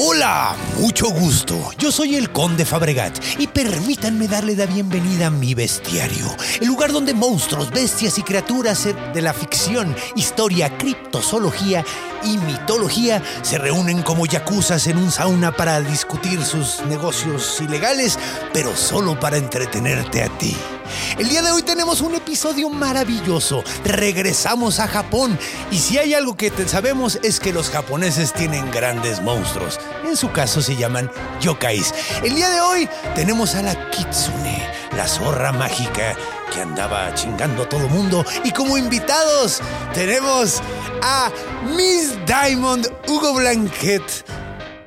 Hola, mucho gusto. Yo soy el Conde Fabregat y permítanme darle la bienvenida a mi bestiario, el lugar donde monstruos, bestias y criaturas de la ficción, historia, criptozoología y mitología se reúnen como yacuzas en un sauna para discutir sus negocios ilegales, pero solo para entretenerte a ti. El día de hoy tenemos un episodio maravilloso. Regresamos a Japón y si hay algo que sabemos es que los japoneses tienen grandes monstruos. En su caso se llaman yokais. El día de hoy tenemos a la kitsune, la zorra mágica que andaba chingando a todo mundo. Y como invitados tenemos a Miss Diamond Hugo Blanquet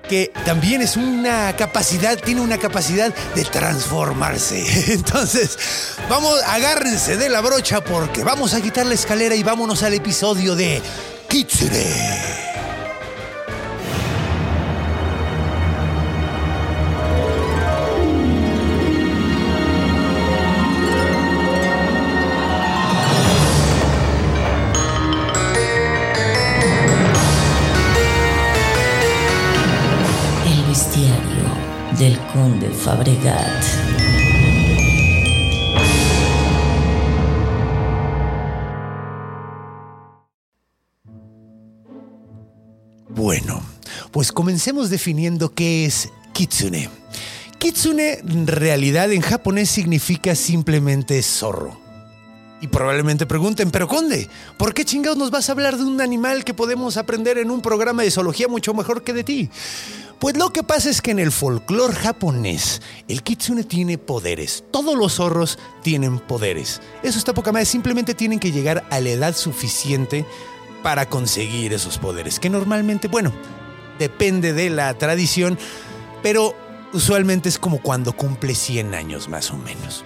que también es una capacidad, tiene una capacidad de transformarse. Entonces, vamos, agárrense de la brocha porque vamos a quitar la escalera y vámonos al episodio de Kitsune. El bestiario del conde Fabregat. Bueno, pues comencemos definiendo qué es kitsune. Kitsune en realidad en japonés significa simplemente zorro. Y probablemente pregunten, pero Conde, ¿por qué chingados nos vas a hablar de un animal que podemos aprender en un programa de zoología mucho mejor que de ti? Pues lo que pasa es que en el folclore japonés, el kitsune tiene poderes. Todos los zorros tienen poderes. Eso está poca madre, simplemente tienen que llegar a la edad suficiente para conseguir esos poderes, que normalmente, bueno, depende de la tradición, pero usualmente es como cuando cumple 100 años más o menos.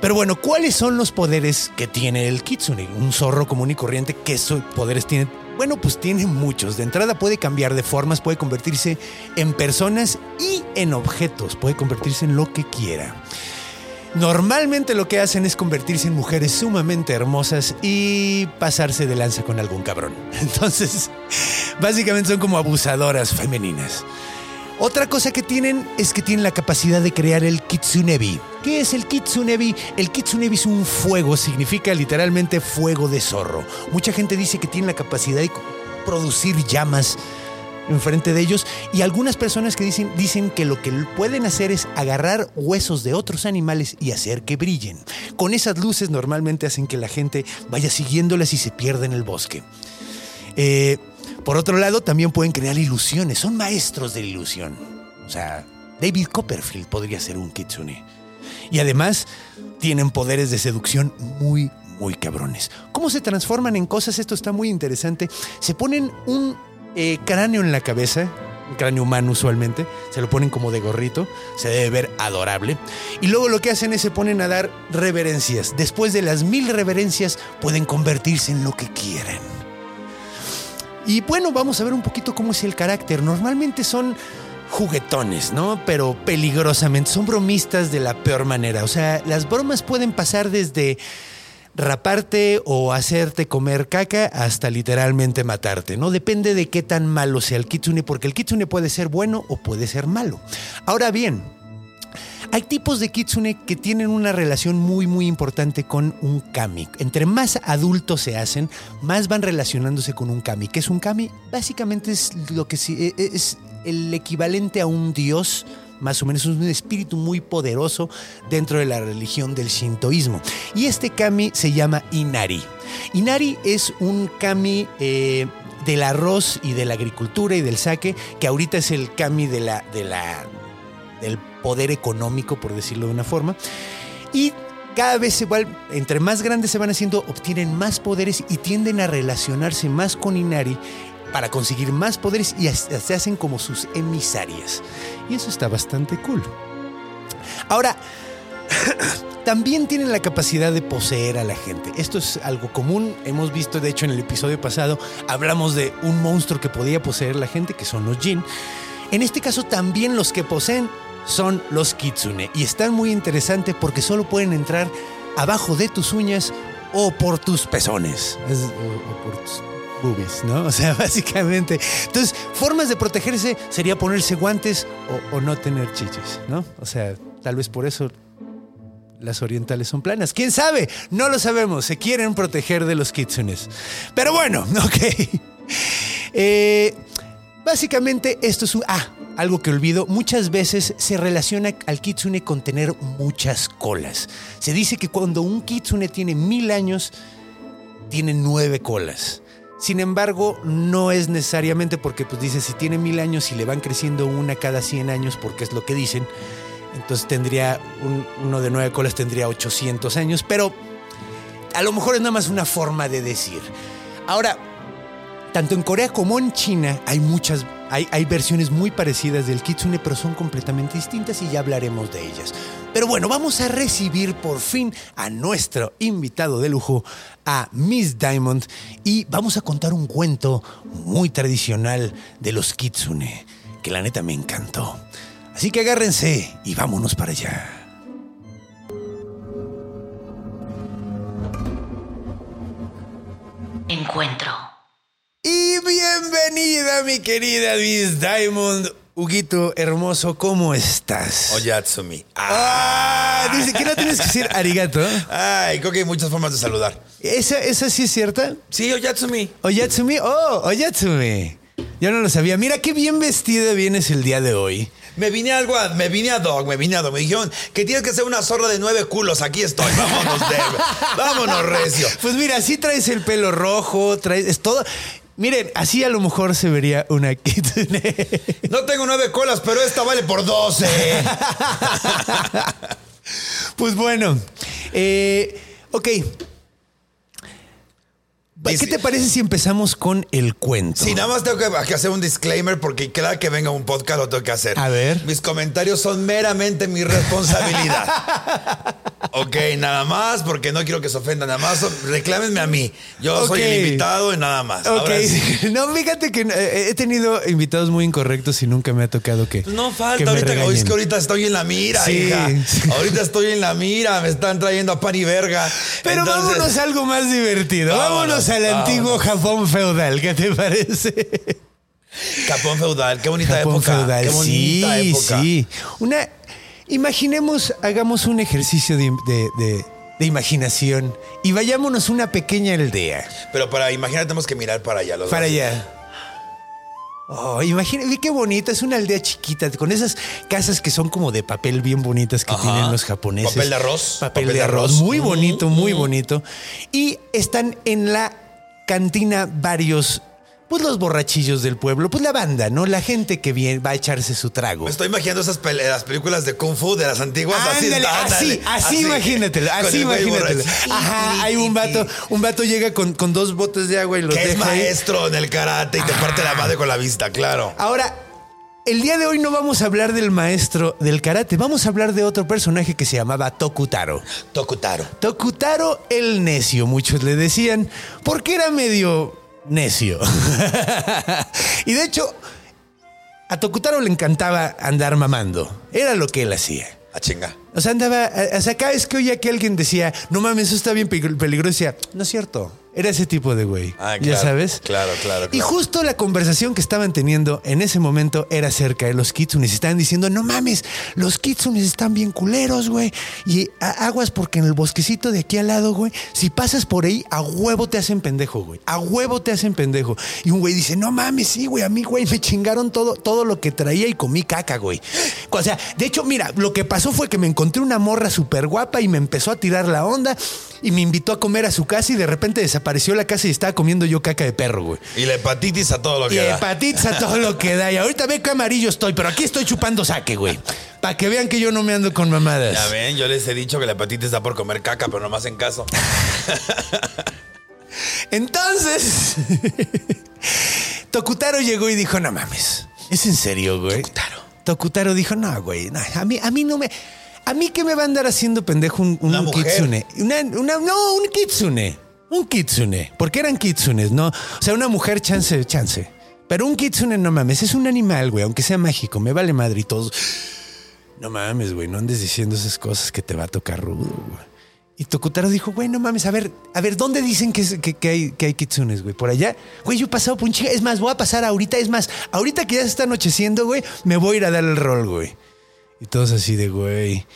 Pero bueno, ¿cuáles son los poderes que tiene el kitsune? Un zorro común y corriente, ¿qué esos poderes tiene? Bueno, pues tiene muchos. De entrada puede cambiar de formas, puede convertirse en personas y en objetos, puede convertirse en lo que quiera. Normalmente lo que hacen es convertirse en mujeres sumamente hermosas y pasarse de lanza con algún cabrón. Entonces, básicamente son como abusadoras femeninas. Otra cosa que tienen es que tienen la capacidad de crear el kitsunebi. ¿Qué es el kitsunebi? El kitsunebi es un fuego, significa literalmente fuego de zorro. Mucha gente dice que tiene la capacidad de producir llamas enfrente de ellos y algunas personas que dicen, dicen que lo que pueden hacer es agarrar huesos de otros animales y hacer que brillen. Con esas luces normalmente hacen que la gente vaya siguiéndolas y se pierda en el bosque. Eh, por otro lado, también pueden crear ilusiones, son maestros de la ilusión. O sea, David Copperfield podría ser un kitsune. Y además, tienen poderes de seducción muy, muy cabrones. ¿Cómo se transforman en cosas? Esto está muy interesante. Se ponen un eh, cráneo en la cabeza, un cráneo humano usualmente, se lo ponen como de gorrito, se debe ver adorable. Y luego lo que hacen es se ponen a dar reverencias. Después de las mil reverencias, pueden convertirse en lo que quieran. Y bueno, vamos a ver un poquito cómo es el carácter. Normalmente son juguetones, ¿no? Pero peligrosamente. Son bromistas de la peor manera. O sea, las bromas pueden pasar desde raparte o hacerte comer caca hasta literalmente matarte, ¿no? Depende de qué tan malo sea el kitsune, porque el kitsune puede ser bueno o puede ser malo. Ahora bien, hay tipos de kitsune que tienen una relación muy muy importante con un kami. Entre más adultos se hacen, más van relacionándose con un kami. ¿Qué es un kami? Básicamente es lo que sí- e- es el equivalente a un dios, más o menos es un espíritu muy poderoso dentro de la religión del shintoísmo. Y este kami se llama Inari. Inari es un kami eh, del arroz y de la agricultura y del sake, que ahorita es el kami de la, de la, del poder económico, por decirlo de una forma. Y cada vez se van, entre más grandes se van haciendo, obtienen más poderes y tienden a relacionarse más con Inari para conseguir más poderes y hasta se hacen como sus emisarias. Y eso está bastante cool. Ahora, también tienen la capacidad de poseer a la gente. Esto es algo común. Hemos visto, de hecho, en el episodio pasado, hablamos de un monstruo que podía poseer la gente, que son los Jin. En este caso, también los que poseen son los Kitsune. Y están muy interesantes porque solo pueden entrar abajo de tus uñas o por tus pezones. Es- o- o por tus boobies, ¿no? O sea, básicamente. Entonces, formas de protegerse sería ponerse guantes o, o no tener chichis, ¿no? O sea, tal vez por eso las orientales son planas. ¿Quién sabe? No lo sabemos. Se quieren proteger de los kitsunes. Pero bueno, ok. Eh, básicamente esto es un... Ah, algo que olvido. Muchas veces se relaciona al kitsune con tener muchas colas. Se dice que cuando un kitsune tiene mil años, tiene nueve colas. Sin embargo, no es necesariamente porque pues dice si tiene mil años y le van creciendo una cada 100 años, porque es lo que dicen, entonces tendría un- uno de nueve colas tendría 800 años, pero a lo mejor es nada más una forma de decir. Ahora, tanto en Corea como en China hay muchas, hay, hay versiones muy parecidas del kitsune, pero son completamente distintas y ya hablaremos de ellas. Pero bueno, vamos a recibir por fin a nuestro invitado de lujo, a Miss Diamond, y vamos a contar un cuento muy tradicional de los kitsune, que la neta me encantó. Así que agárrense y vámonos para allá. Encuentro. Y bienvenida, mi querida Miss Diamond. Huguito hermoso, ¿cómo estás? Oyatsumi. Ah, dice que no tienes que decir arigato. Ay, creo que hay muchas formas de saludar. ¿Esa, esa sí es cierta? Sí, Oyatsumi. Oyatsumi. Oh, Oyatsumi. Yo no lo sabía. Mira qué bien vestida vienes el día de hoy. Me vine a algo, a- me vine a Dog, me vine a Dog. Me dijeron que tienes que ser una zorra de nueve culos. Aquí estoy. Vámonos, de, vámonos, recio. Pues mira, sí traes el pelo rojo, traes es todo. Miren, así a lo mejor se vería una kitsune. No tengo nueve colas, pero esta vale por doce. Pues bueno, eh, ok. Va, ¿Qué Dice- te parece si empezamos con el cuento? Sí, nada más tengo que, que hacer un disclaimer porque cada que venga un podcast lo tengo que hacer. A ver. Mis comentarios son meramente mi responsabilidad. ok, nada más, porque no quiero que se ofendan. Nada más, reclámenme a mí. Yo soy Ok. el invitado y nada más. Ok, Ahora sí. no, fíjate que eh, he tenido invitados muy incorrectos y nunca me ha tocado que. Pues No que falta, me ahorita, regañen. es que ahorita estoy en la mira, Sí. hija. Ahorita estoy en la mira, me están trayendo a pan y verga. Pero Entonces, vámonos a algo más divertido. Vámonos, Vámonos, al vámonos. antiguo Japón feudal, ¿qué te parece? Japón feudal, qué bonita Japón época. feudal, Qué bonita sí, época. sí. Una, imaginemos, hagamos un ejercicio de, de- de- de imaginación y vayámonos a una pequeña aldea. Pero para imaginar tenemos que mirar para allá. los Para dos. allá. Oh, imagínate, qué bonita, es una aldea chiquita, con esas casas que son como de papel bien bonitas que Ajá. tienen los japoneses. Papel de arroz, Papel, de, arroz. Muy Mm, bonito, muy bonito. Y están en la cantina varios, pues los borrachillos del pueblo, pues la banda, ¿no? La gente que viene, va a echarse su trago. Me estoy imaginando esas pel- las películas de Kung Fu de las antiguas. Ándale, está, así, pues, ándale, así, imagínatelo, Con así el güey imagínatelo. borracho. Ajá, hay un vato, un vato llega con, con dos botes de agua y los Que es deja ahí. maestro en el karate y te parte la madre con la vista, claro. Ahora, el día de hoy no vamos a hablar del maestro del karate, vamos a hablar de otro personaje que se llamaba Tokutaro. Tokutaro. Tokutaro el necio, muchos le decían, porque era medio necio. y de hecho, a Tokutaro le encantaba andar mamando, era lo que él hacía. A chinga. O sea, andaba, o sea, cada vez que oía que alguien decía, no mames, eso está bien pelig- peligroso, decía, no es cierto. Era ese tipo de güey. Ah, ya claro, sabes. claro, claro, Y claro. justo la conversación que estaban teniendo en ese momento era acerca de los kitsunes. Estaban diciendo, no mames, los kitsunes están bien culeros, güey. Y a- aguas porque en el bosquecito de aquí al lado, güey, si pasas por ahí, a huevo te hacen pendejo, güey. A huevo te hacen pendejo. Y un güey dice, no mames, sí, güey, a mí, güey, me chingaron todo, todo lo que traía y comí caca, güey. O sea, de hecho, mira, lo que pasó fue que me encontré una morra súper guapa y me empezó a tirar la onda y me invitó a comer a su casa y de repente apareció la casa y estaba comiendo yo caca de perro, güey. Y la hepatitis a todo lo Y que da. hepatitis a todo lo que da. Y ahorita ve que amarillo estoy, pero aquí estoy chupando saque, güey. Para que vean que yo no me ando con Ya mamadas. ven, yo les he dicho que la hepatitis da por comer caca, pero nomás en caso. Entonces, Tokutaro llegó y dijo, no mames. ¿Es en serio, güey? Tokutaro. Tokutaro dijo, no, güey, no, a, mí, a mí no me... A mí que me va a andar haciendo pendejo un, un Una mujer. kitsune. Una- una- no, un kitsune. Un kitsune. Porque eran kitsunes, ¿no? O sea, una mujer, chance, chance. Pero un kitsune, no mames, es un animal, güey, aunque sea mágico. Me vale madre y todos... No mames, güey, no andes diciendo esas cosas que te va a tocar rudo, güey. Y Tokutaro dijo, güey, no mames, a ver, a ver, ¿dónde dicen que, es- que- que hay, que hay kitsunes, güey? ¿Por allá? Güey, yo he pasado por un chinga- Es más, voy a pasar ahorita, es más, ahorita que ya se está anocheciendo, güey, me voy a ir a dar el rol, güey. Y todos así de, güey,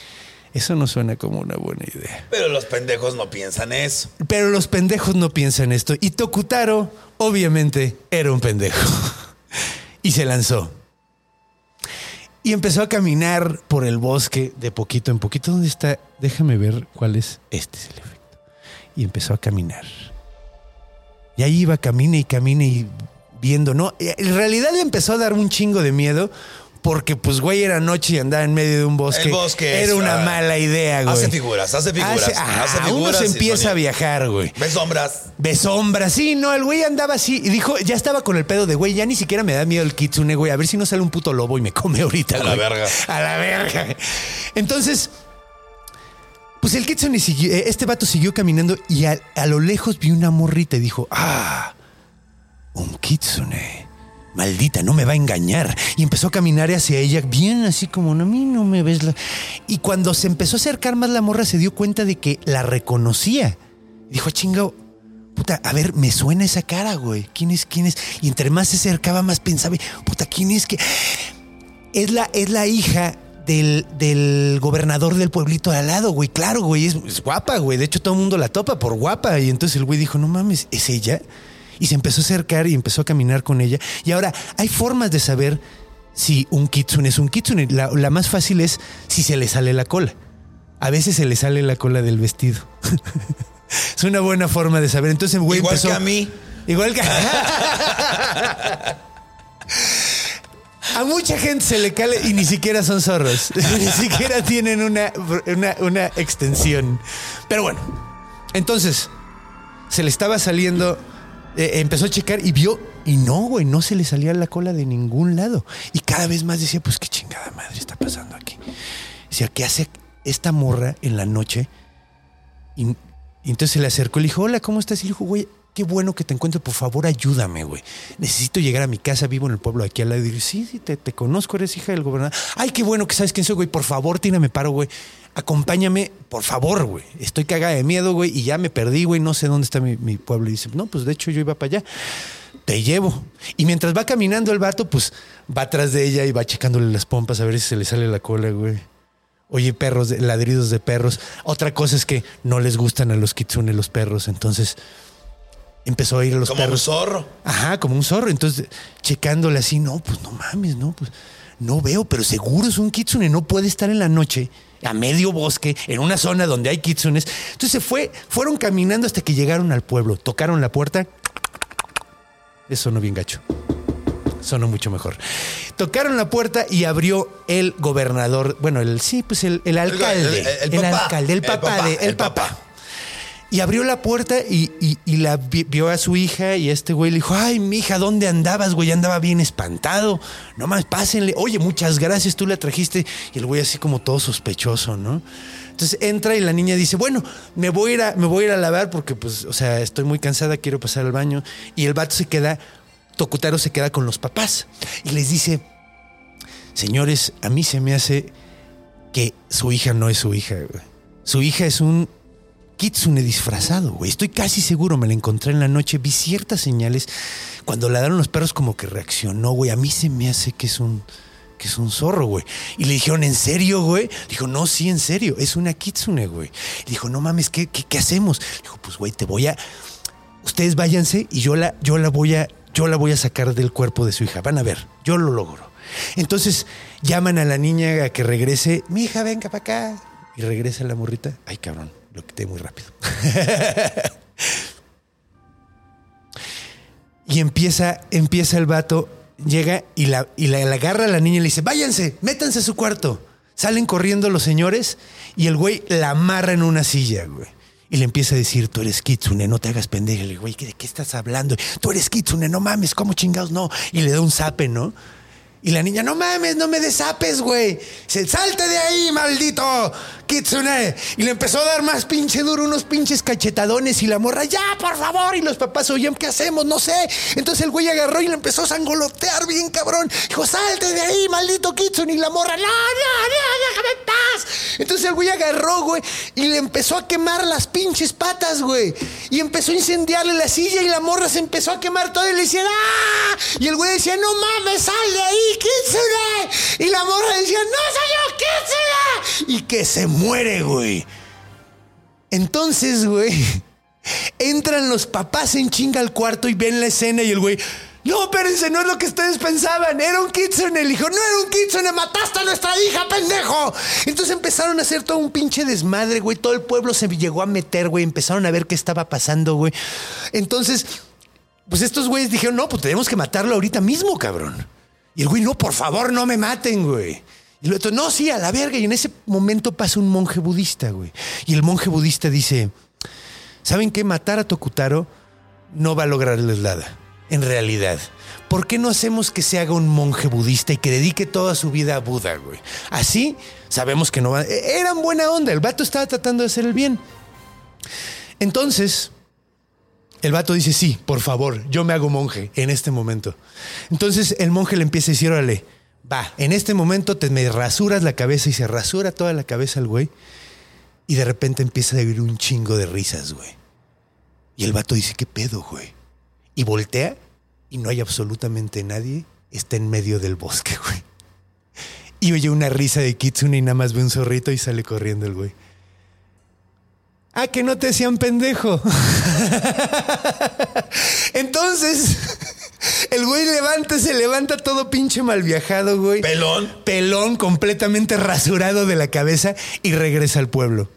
eso no suena como una buena idea. Pero los pendejos no piensan eso. Pero los pendejos no piensan esto. Y Tokutaro, obviamente, era un pendejo. y se lanzó. Y empezó a caminar por el bosque de poquito en poquito. ¿Dónde está? Déjame ver cuál es. Este es el efecto. Y empezó a caminar. Y ahí iba, camina y camina y viendo, ¿no? Eh, En realidad le empezó a dar un chingo de miedo. Porque, pues, güey, era noche y andaba en medio de un bosque. El bosque es, Era una ah, mala idea, güey. hace figuras, hace figuras, ajá, hace uno figuras se y empieza a sonido. viajar, güey. ¿Ves sombras? De sombra, sí, no, el güey andaba así y dijo, ya estaba con el pedo de güey, ya ni siquiera me da miedo el kitsune, güey, a ver si no sale un puto lobo y me come ahorita. A la güey". verga. A la verga. Entonces, pues el kitsune siguió, eh, este vato siguió caminando y a, a lo lejos vio una morrita y dijo, ah, un kitsune. Maldita, no me va a engañar. Y empezó a caminar hacia ella, bien así como, no, a mí no me ves. la-". Y cuando se empezó a acercar más la morra, se dio cuenta de que la reconocía. Dijo, "Ah, chingo, puta, a ver, me suena esa cara, güey. ¿Quién es, quién es? Y entre más se acercaba, más pensaba, puta, ¿quién es que...? Es la, es la hija del, del gobernador del pueblito de al lado, güey. Claro, güey, es, es guapa, güey. De hecho, todo el mundo la topa por guapa. Y entonces el güey dijo, no mames, ¿es ella? Y se empezó a acercar y empezó a caminar con ella. Y ahora, hay formas de saber si un kitsune es un kitsune. La, la más fácil es si se le sale la cola. A veces se le sale la cola del vestido. es una buena forma de saber. Entonces, el güey, Igual empezó- que a mí. Igual que... A mucha gente se le cale y ni siquiera son zorros. ni siquiera tienen una, una, una extensión. Pero bueno, entonces se le estaba saliendo. eh, empezó a checar y vio. Y no, güey, no se le salía la cola de ningún lado. Y cada vez más decía, pues qué chingada madre está pasando aquí. Decía, ¿qué hace esta morra en la noche? Y, y entonces se le acercó y le dijo, hola, ¿cómo estás? Y le dijo, güey, qué bueno que te encuentro, por favor ayúdame, güey. Necesito llegar a mi casa, vivo en el pueblo de aquí al lado. Y digo, sí, sí, te, te conozco, eres hija del gobernador. Ay, qué bueno que sabes quién soy, güey, por favor, tírame paro, güey. Acompáñame, por favor, güey. Estoy cagada de miedo, güey, y ya me perdí, güey, no sé dónde está mi, mi pueblo. Y dice, no, pues de hecho yo iba para allá. Te llevo. Y mientras va caminando el vato, pues va atrás de ella y va checándole las pompas a ver si se le sale la cola, güey. Oye, perros, de- ladridos de perros. Otra cosa es que no les gustan a los kitsune los perros. Entonces empezó a ir a los Como un perros. zorro. Ajá, como un zorro. Entonces, checándole así, no, pues no mames, no, pues no veo, pero seguro es un kitsune. No puede estar en la noche, a medio bosque, en una zona donde hay kitsunes. Entonces se fue, fueron caminando hasta que llegaron al pueblo, tocaron la puerta. Eso sonó bien gacho. Sonó mucho mejor. Tocaron la puerta y abrió el gobernador. Bueno, el sí, pues el, el alcalde. el- el papá. alcalde, el El papá, papá, de- el el papá. papá. Y abrió la puerta y, y- y la vi- vio a su hija y este güey le dijo, ay, mija, ¿dónde andabas, güey? Andaba bien espantado. Nomás pásenle. Oye, muchas gracias, tú la trajiste. Y el güey así como todo sospechoso, ¿no? Entonces entra y la niña dice, bueno, me voy a ir a, me voy a, ir a lavar porque, pues, o sea, estoy muy cansada, quiero pasar al baño. Y el vato se queda, Tokutaro se queda con los papás y les dice, señores, a mí se me hace que su hija no es su hija, güey. Su hija es un Kitsune disfrazado, güey. Estoy casi seguro, me la encontré en la noche, vi ciertas señales. Cuando la daron los perros, como que reaccionó, güey. A mí se me hace que es un, que es un zorro, güey. Y le dijeron, ¿en serio, güey? Dijo, no, sí, en serio, es una Kitsune, güey. Dijo, no mames, ¿qué, qué, qué hacemos? Dijo, pues, güey, te voy a. Ustedes váyanse y yo la, yo la voy a. Yo la voy a sacar del cuerpo de su hija. Van a ver, yo lo logro. Entonces llaman a la niña a que regrese. Mi hija, venga para acá. Y regresa la morrita. Ay, cabrón, lo quité muy rápido. Y empieza, empieza el vato, llega y la, y la, la agarra a la niña y le dice, váyanse, métanse a su cuarto. Salen corriendo los señores y el güey la amarra en una silla, güey. Y le empieza a decir, tú eres Kitsune, no te hagas pendeja. Y Le digo, güey, ¿de qué estás hablando? Tú eres Kitsune, no mames, ¿cómo chingados no? Y le da un zape, ¿no? Y la niña, no mames, no me desapes, güey. Se salte de ahí, maldito Kitsune. Y le empezó a dar más pinche duro, unos pinches cachetadones. Y la morra, ya, por favor. Y los papás oían, ¿qué hacemos? No sé. Entonces el güey agarró y le empezó a sangolotear bien cabrón. Dijo, salte de ahí, maldito Kitsune. Y la morra, no, no, no, déjame en paz. Entonces el güey agarró, güey, y le empezó a quemar las pinches patas, güey. Y empezó a incendiarle la silla y la morra se empezó a quemar todo y le decía, ¡ah! Y el güey decía, no mames, sal de ahí, Kitsune. Y la morra decía, no soy yo, Kitsune. Y que se muere, güey. Entonces, güey, entran los papás en chinga al cuarto y ven la escena y el güey... No, espérense, no es lo que ustedes pensaban. Era un Kitsune. El hijo, no era un Kitsune, mataste a nuestra hija, pendejo. Entonces empezaron a hacer todo un pinche desmadre, güey. Todo el pueblo se llegó a meter, güey. Empezaron a ver qué estaba pasando, güey. Entonces, pues estos güeyes dijeron, no, pues tenemos que matarlo ahorita mismo, cabrón. Y el güey, no, por favor, no me maten, güey. Y el otro, no, sí, a la verga. Y en ese momento pasa un monje budista, güey. Y el monje budista dice, ¿saben qué? Matar a Tokutaro no va a lograrles nada, en realidad. ¿Por qué no hacemos que se haga un monje budista y que dedique toda su vida a Buda, güey? Así sabemos que no va... e- Eran buena onda, el vato estaba tratando de hacer el bien. Entonces, el vato dice, sí, por favor, yo me hago monje en este momento. Entonces el monje le empieza a decir, órale, va, en este momento te me rasuras la cabeza y se rasura toda la cabeza al güey. Y de repente empieza a vivir un chingo de risas, güey. Y el vato dice, ¿qué pedo, güey? Y voltea y no hay absolutamente nadie. Está en medio del bosque, güey. Y oye una risa de Kitsune y nada más ve un zorrito y sale corriendo el güey. Ah, que no te decían pendejo. Entonces, el güey levanta, se levanta todo pinche mal viajado, güey Pelón. pelón completamente rasurado de la cabeza y regresa al pueblo.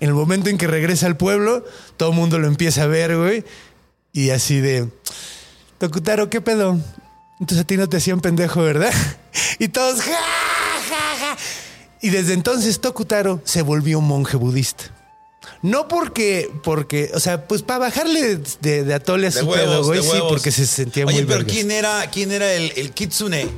En el momento en que regresa al pueblo, todo el mundo lo empieza a ver, güey. Y así de, Tokutaro, ¿qué pedo? Entonces a ti no te hacían pendejo, ¿verdad? Y todos, ja, ja, ja. Y desde entonces Tokutaro se volvió monje budista. No porque, porque, o sea, pues para bajarle de, de atole a De su pedo, huevos, güey, de sí, huevos. porque se sentía Oye, muy pero vergas. ¿quién era, quién era el, el Kitsune?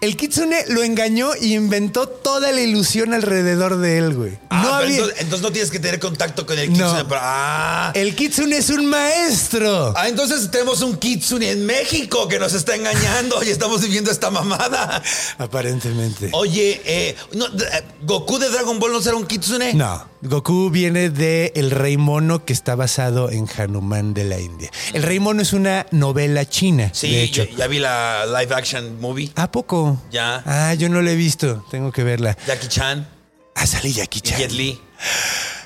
El Kitsune lo engañó y inventó toda la ilusión alrededor de él, güey. Ah, no pero había. entonces, entonces no tienes que tener contacto con el No. Kitsune. pero- ah. El Kitsune es un maestro. Ah, entonces tenemos un Kitsune en México que nos está engañando y estamos viviendo esta mamada. Aparentemente. Oye, eh, no, d- eh, ¿Goku de Dragon Ball no será un Kitsune? No, Goku viene de El Rey Mono que está basado en Hanuman de la India. El Rey Mono es una novela china, Sí, de hecho. yo- ya vi la live action movie. ¿A poco? Ya. Ah, yo no la he visto. Tengo que verla. Jackie Chan Ah, sale Jackie y Chan. Jet Li.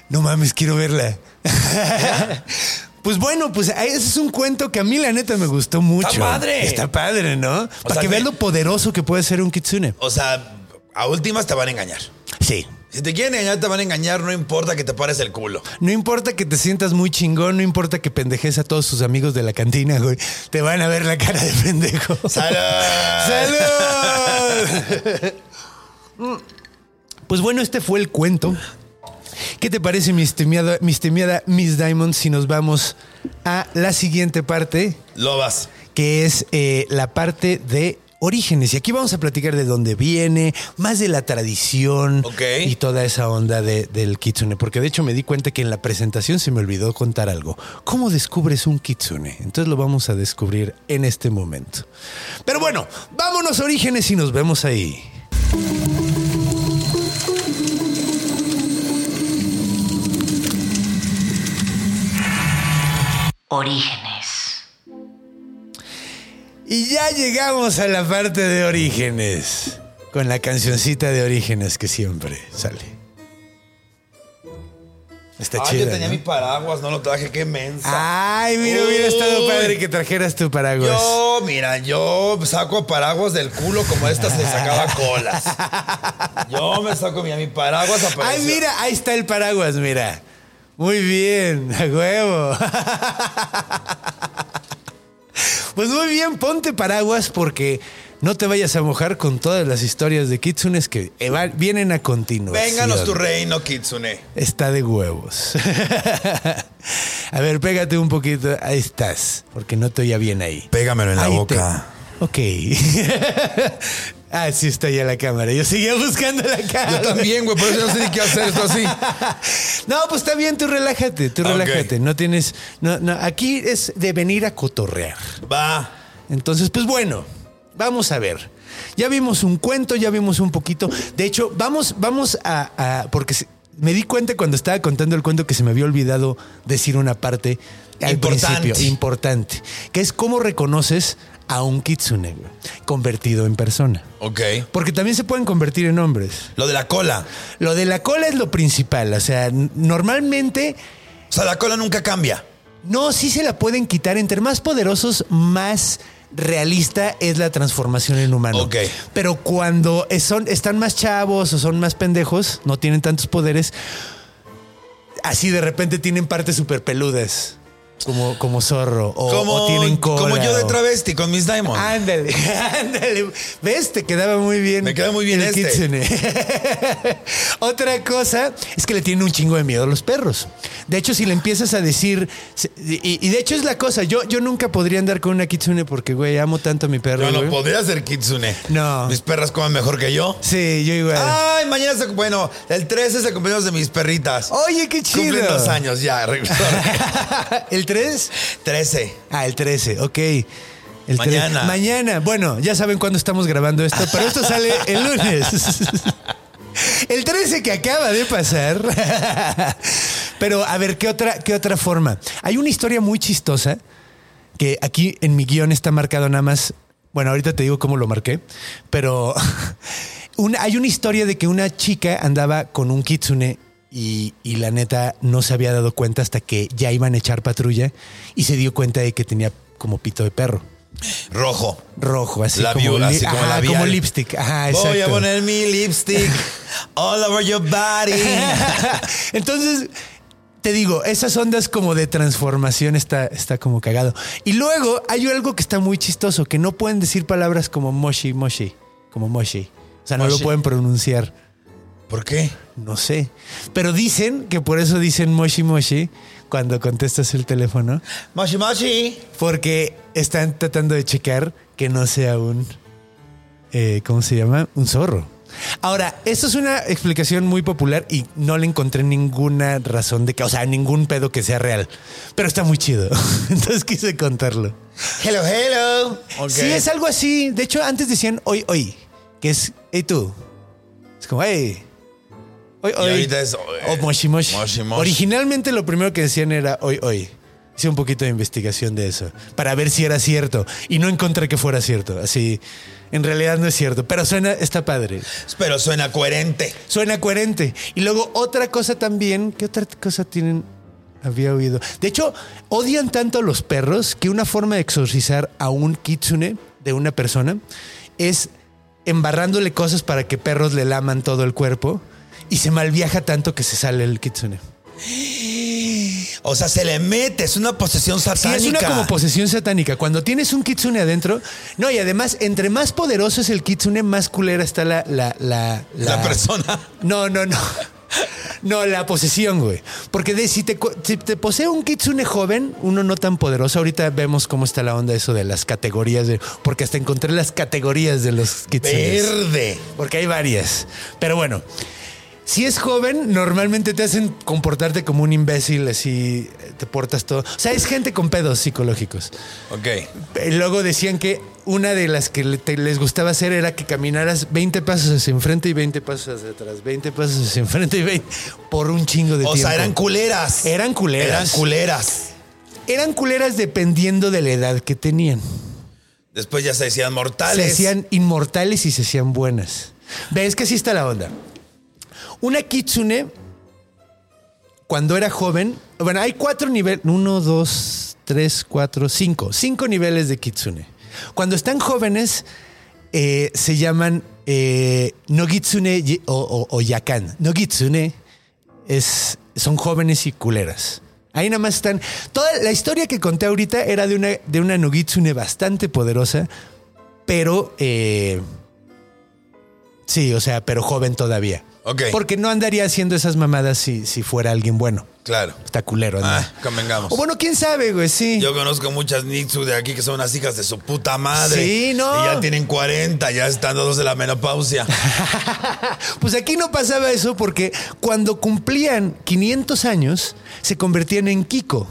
No mames, quiero verla. Pues bueno, pues ese es un cuento que a mí la neta me gustó mucho. padre. Está padre, ¿no? Para sea que que- veas lo poderoso que puede ser un kitsune. O sea, a últimas te van a engañar. Sí. Si te quieren engañar, te van a engañar, no importa que te pares el culo. No importa que te sientas muy chingón, no importa que pendejes a todos tus amigos de la cantina, güey. Te van a ver la cara de pendejo. ¡Salud! ¡Salud! pues bueno, este fue el cuento. ¿Qué te parece, mi estimada, mi estimada Miss Diamond, si nos vamos a la siguiente parte? Lobas. que es eh, la parte de orígenes. Y aquí vamos a platicar de dónde viene, más de la tradición Ok. y toda esa onda de- del kitsune. Porque de hecho me di cuenta que en la presentación se me olvidó contar algo. ¿Cómo descubres un kitsune? Entonces lo vamos a descubrir en este momento. Pero bueno, vámonos a orígenes y nos vemos ahí. Orígenes. Y ya llegamos a la parte de orígenes. Con la cancioncita de orígenes que siempre sale. Está Ah, chida, yo tenía ¿no? Ah, mi paraguas, no lo traje, qué mensa. Ay, mira, hubiera estado Uy. padre que trajeras tu paraguas. Yo, pues. mira, yo saco paraguas del culo como esta se sacaba colas. Yo me saco mira, mi paraguas apareció. Ay, mira, ahí está el paraguas, mira. Muy bien, a huevo. Pues muy bien, ponte paraguas porque no te vayas a mojar con todas las historias de kitsunes que eva- vienen a continuación. Vénganos tu reino, Kitsune. Está de huevos. a ver, pégate un poquito. Ahí estás, porque no te oía bien ahí. Pégamelo en la Ahí boca. te- Ok. ah, sí está ya la cámara. Yo seguía buscando la cámara. Yo también, güey, por eso no sé ni qué hacer esto así. No, pues está bien, tú relájate, tú Ah, Ok. relájate. No tienes. No, no, aquí es de venir a cotorrear. Va. Entonces, pues bueno, vamos a ver. Ya vimos un cuento, ya vimos un poquito. De hecho, vamos, vamos a. a- porque se- me di cuenta cuando estaba contando el cuento que se me había olvidado decir una parte al Importante. principio importante, que es cómo reconoces a un kitsune güey, convertido en persona. Ok. Porque también se pueden convertir en hombres. Lo de la cola. Lo de la cola es lo principal. O sea, n- normalmente O sea, la cola nunca cambia. no, sí se la pueden quitar. Entre más poderosos, más realista es la transformación en humano. Ok. Pero cuando son, están más chavos o son más pendejos, no tienen tantos poderes, así de repente tienen partes súper peludas, como, como zorro, o, como, o tienen cola. como yo de o- travesti con Miss Diamond. Ándale, ándale. ¿Ves? Te quedaba muy bien. Me queda muy bien el este. kitsune. Otra cosa es que le tienen un chingo de miedo a los perros. De hecho, si le empiezas a decir. se- Y, y de hecho es la cosa. Yo, yo nunca podría andar con una kitsune porque, güey, amo tanto a mi perro. yo no güey. podría ser Kitsune. No. Mis perras comen mejor que yo. Sí, yo igual. Ay, mañana se. Bueno, el 13 se cumplen los de mis perritas. Oye, qué chido. Cumplen dos años ya. regresó. ¿El 3? 13. Ah, el 13, ok. El 13. Mañana. Mañana. Bueno, ya saben cuándo estamos grabando esto, pero esto sale el lunes. El 13 que acaba de pasar. Pero a ver, ¿qué otra, ¿qué otra forma? Hay una historia muy chistosa que aquí en mi guión está marcado nada más. Bueno, ahorita te digo cómo lo marqué, pero un- hay una historia de que una chica andaba con un kitsune y, y la neta no se había dado cuenta hasta que ya iban a echar patrulla y se dio cuenta de que tenía como pito de perro Rojo. rojo, así La como, viola, así como ajá, labial. como lipstick. Ajá, Ah, exacto. Voy a poner mi lipstick all over your body. Entonces, te digo, esas ondas como de transformación está, está como cagado. Y luego hay algo que está muy chistoso, que no pueden decir palabras como moshi, moshi, como moshi. O sea, no Moshi. lo pueden pronunciar. ¿Por qué? No sé. Pero dicen que por eso dicen moshi, moshi cuando contestas el teléfono, Moshi Moshi. porque están tratando de checar que no sea un... eh, ¿Cómo se llama? Un zorro. Ahora, esto es una explicación muy popular y no le encontré ninguna razón de que, o sea, ningún pedo que sea real. Pero está muy chido. Entonces quise contarlo. Hello, hello. Ok. Sí, es algo así. De hecho, antes decían hoy, hoy, que es, hey tú. Es como, hey. Hoy, hoy. ahorita es, eh, o moshi moshi. moshi, moshi. Originalmente lo primero que decían era hoy, hoy. Hice un poquito de investigación de eso para ver si era cierto y no encontré que fuera cierto. Así, en realidad no es cierto, pero suena, está padre. Pero suena coherente. Suena coherente. Y luego otra cosa también, ¿qué otra cosa tienen? Había oído. De hecho, odian tanto a los perros que una forma de exorcizar a un kitsune de una persona es embarrándole cosas para que perros le laman todo el cuerpo y se malviaja tanto que se sale el kitsune. O sea, se le mete, es una posesión Sí, satánica. es una como posesión satánica. Cuando tienes un kitsune adentro, no, y además, entre más poderoso es el kitsune, más culera está la- la- la- La persona. No, no, no. No, la posesión, güey. Porque de- si, te, co- si te posee un kitsune joven, uno no tan poderoso. Ahorita vemos cómo está la onda eso de las categorías. De, porque hasta encontré las categorías de los kitsunes. Verde. Porque hay varias. Pero bueno, si es joven, normalmente te hacen comportarte como un imbécil, así eh, te portas todo. O sea, es gente con pedos psicológicos. Ok. Eh, Luego decían que una de las que le- te- les gustaba hacer era que caminaras 20 pasos hacia enfrente y 20 pasos hacia atrás, 20 pasos hacia enfrente y 20 por un chingo de O tiempo. sea, eran culeras. Eran culeras. Eran culeras. Eran culeras dependiendo de la edad que tenían. Después ya se decían mortales. Se hacían inmortales y se hacían buenas. ¿Ves que así está la onda? Una kitsune, cuando era joven, bueno, hay cuatro niveles, uno, dos, tres, cuatro, cinco, cinco niveles de kitsune. Cuando están jóvenes, eh, se llaman eh, nogitsune y- o, o- o yakan. Nogitsune es, son jóvenes y culeras. Ahí nada más están. Toda la historia que conté ahorita era de una, de una Nogitsune bastante poderosa, pero. eh, sí, o sea, pero joven todavía. Ok. Porque no andaría haciendo esas mamadas si, si fuera alguien bueno. Claro. Está culero, ¿no? Ah, convengamos. O bueno, quién sabe, güey, sí. Yo conozco muchas Nitsu de aquí que son unas hijas de su puta madre. Sí, no. Y ya tienen 40, ya están todos de la menopausia. Pues aquí no pasaba eso porque cuando cumplían 500 años se convertían en Kiko.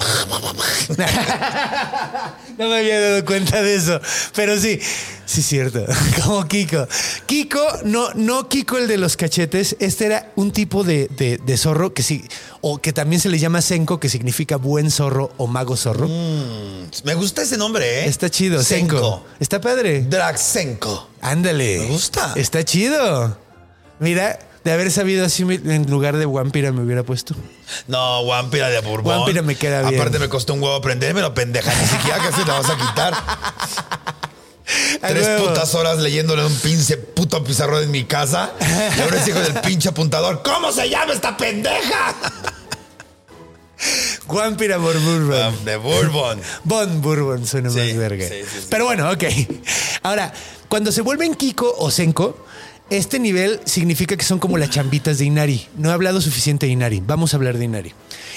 no me había dado cuenta de eso, pero sí, sí es cierto, como Kiko. Kiko, no, no Kiko el de los cachetes, este era un tipo de, de- de zorro que sí, o que también se le llama Senko, que significa buen zorro o mago zorro. Me gusta ese nombre, ¿eh? Está chido, Senko. Está padre. Draxenko. Ándale. Me gusta. Está chido. Mira, de haber sabido así me- en lugar de Vampira me hubiera puesto. No, Wampira de Bourbon. Guampira me queda bien. Aparte me costó un huevo aprendérmelo, pendeja. Ni siquiera que se la vas a quitar. Tres A huevo. putas horas leyéndole un pinche puto pizarrón en mi casa. Y ahora es hijo del pinche apuntador. ¿Cómo se llama esta pendeja? Vampira por Bourbon. Ah, De Bourbon. Bon Bourbon suena Sí, más verga. sí, sí, sí. Pero bueno, ok. Ahora, cuando se vuelven Kiko o Senko, este nivel significa que son como las chambitas de Inari. No he hablado suficiente de Inari. Vamos a hablar de Inari.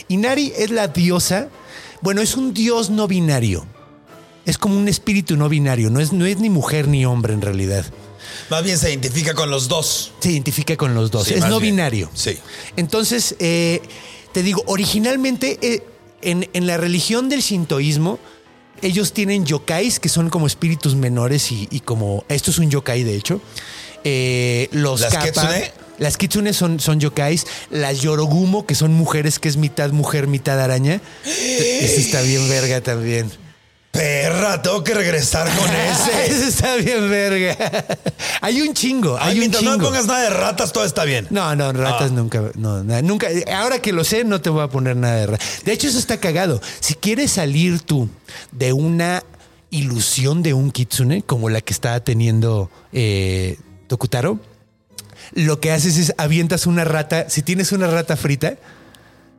Inari es la diosa. Bueno, es un dios no binario. Es como un espíritu no binario. No es, no es ni mujer ni hombre en realidad. Más bien se identifica con los dos. se identifica con los dos. Sí, es más no bien. binario. Sí. Entonces, eh, te digo, originalmente eh, en, en la religión del sintoísmo, ellos tienen yokais que son como espíritus menores y, y como. Esto es un yokai, de hecho. Eh, los ¿Las kappa- kitsune? Las kitsune son, son yokais. Las yorogumo, que son mujeres que es mitad mujer, mitad araña. Ese está bien verga también. Perra, tengo que regresar con ese. Ese está bien verga. Hay un chingo. Hay Ay, un mientras chingo. no me pongas nada de ratas, todo está bien. No, no, ratas Ah. nunca, no, na- nunca. Ahora que lo sé, no te voy a poner nada de ratas. De hecho, eso está cagado. Si quieres salir tú de una ilusión de un kitsune, como la que estaba teniendo eh, Tokutaro, lo que haces es avientas una rata. Si tienes una rata frita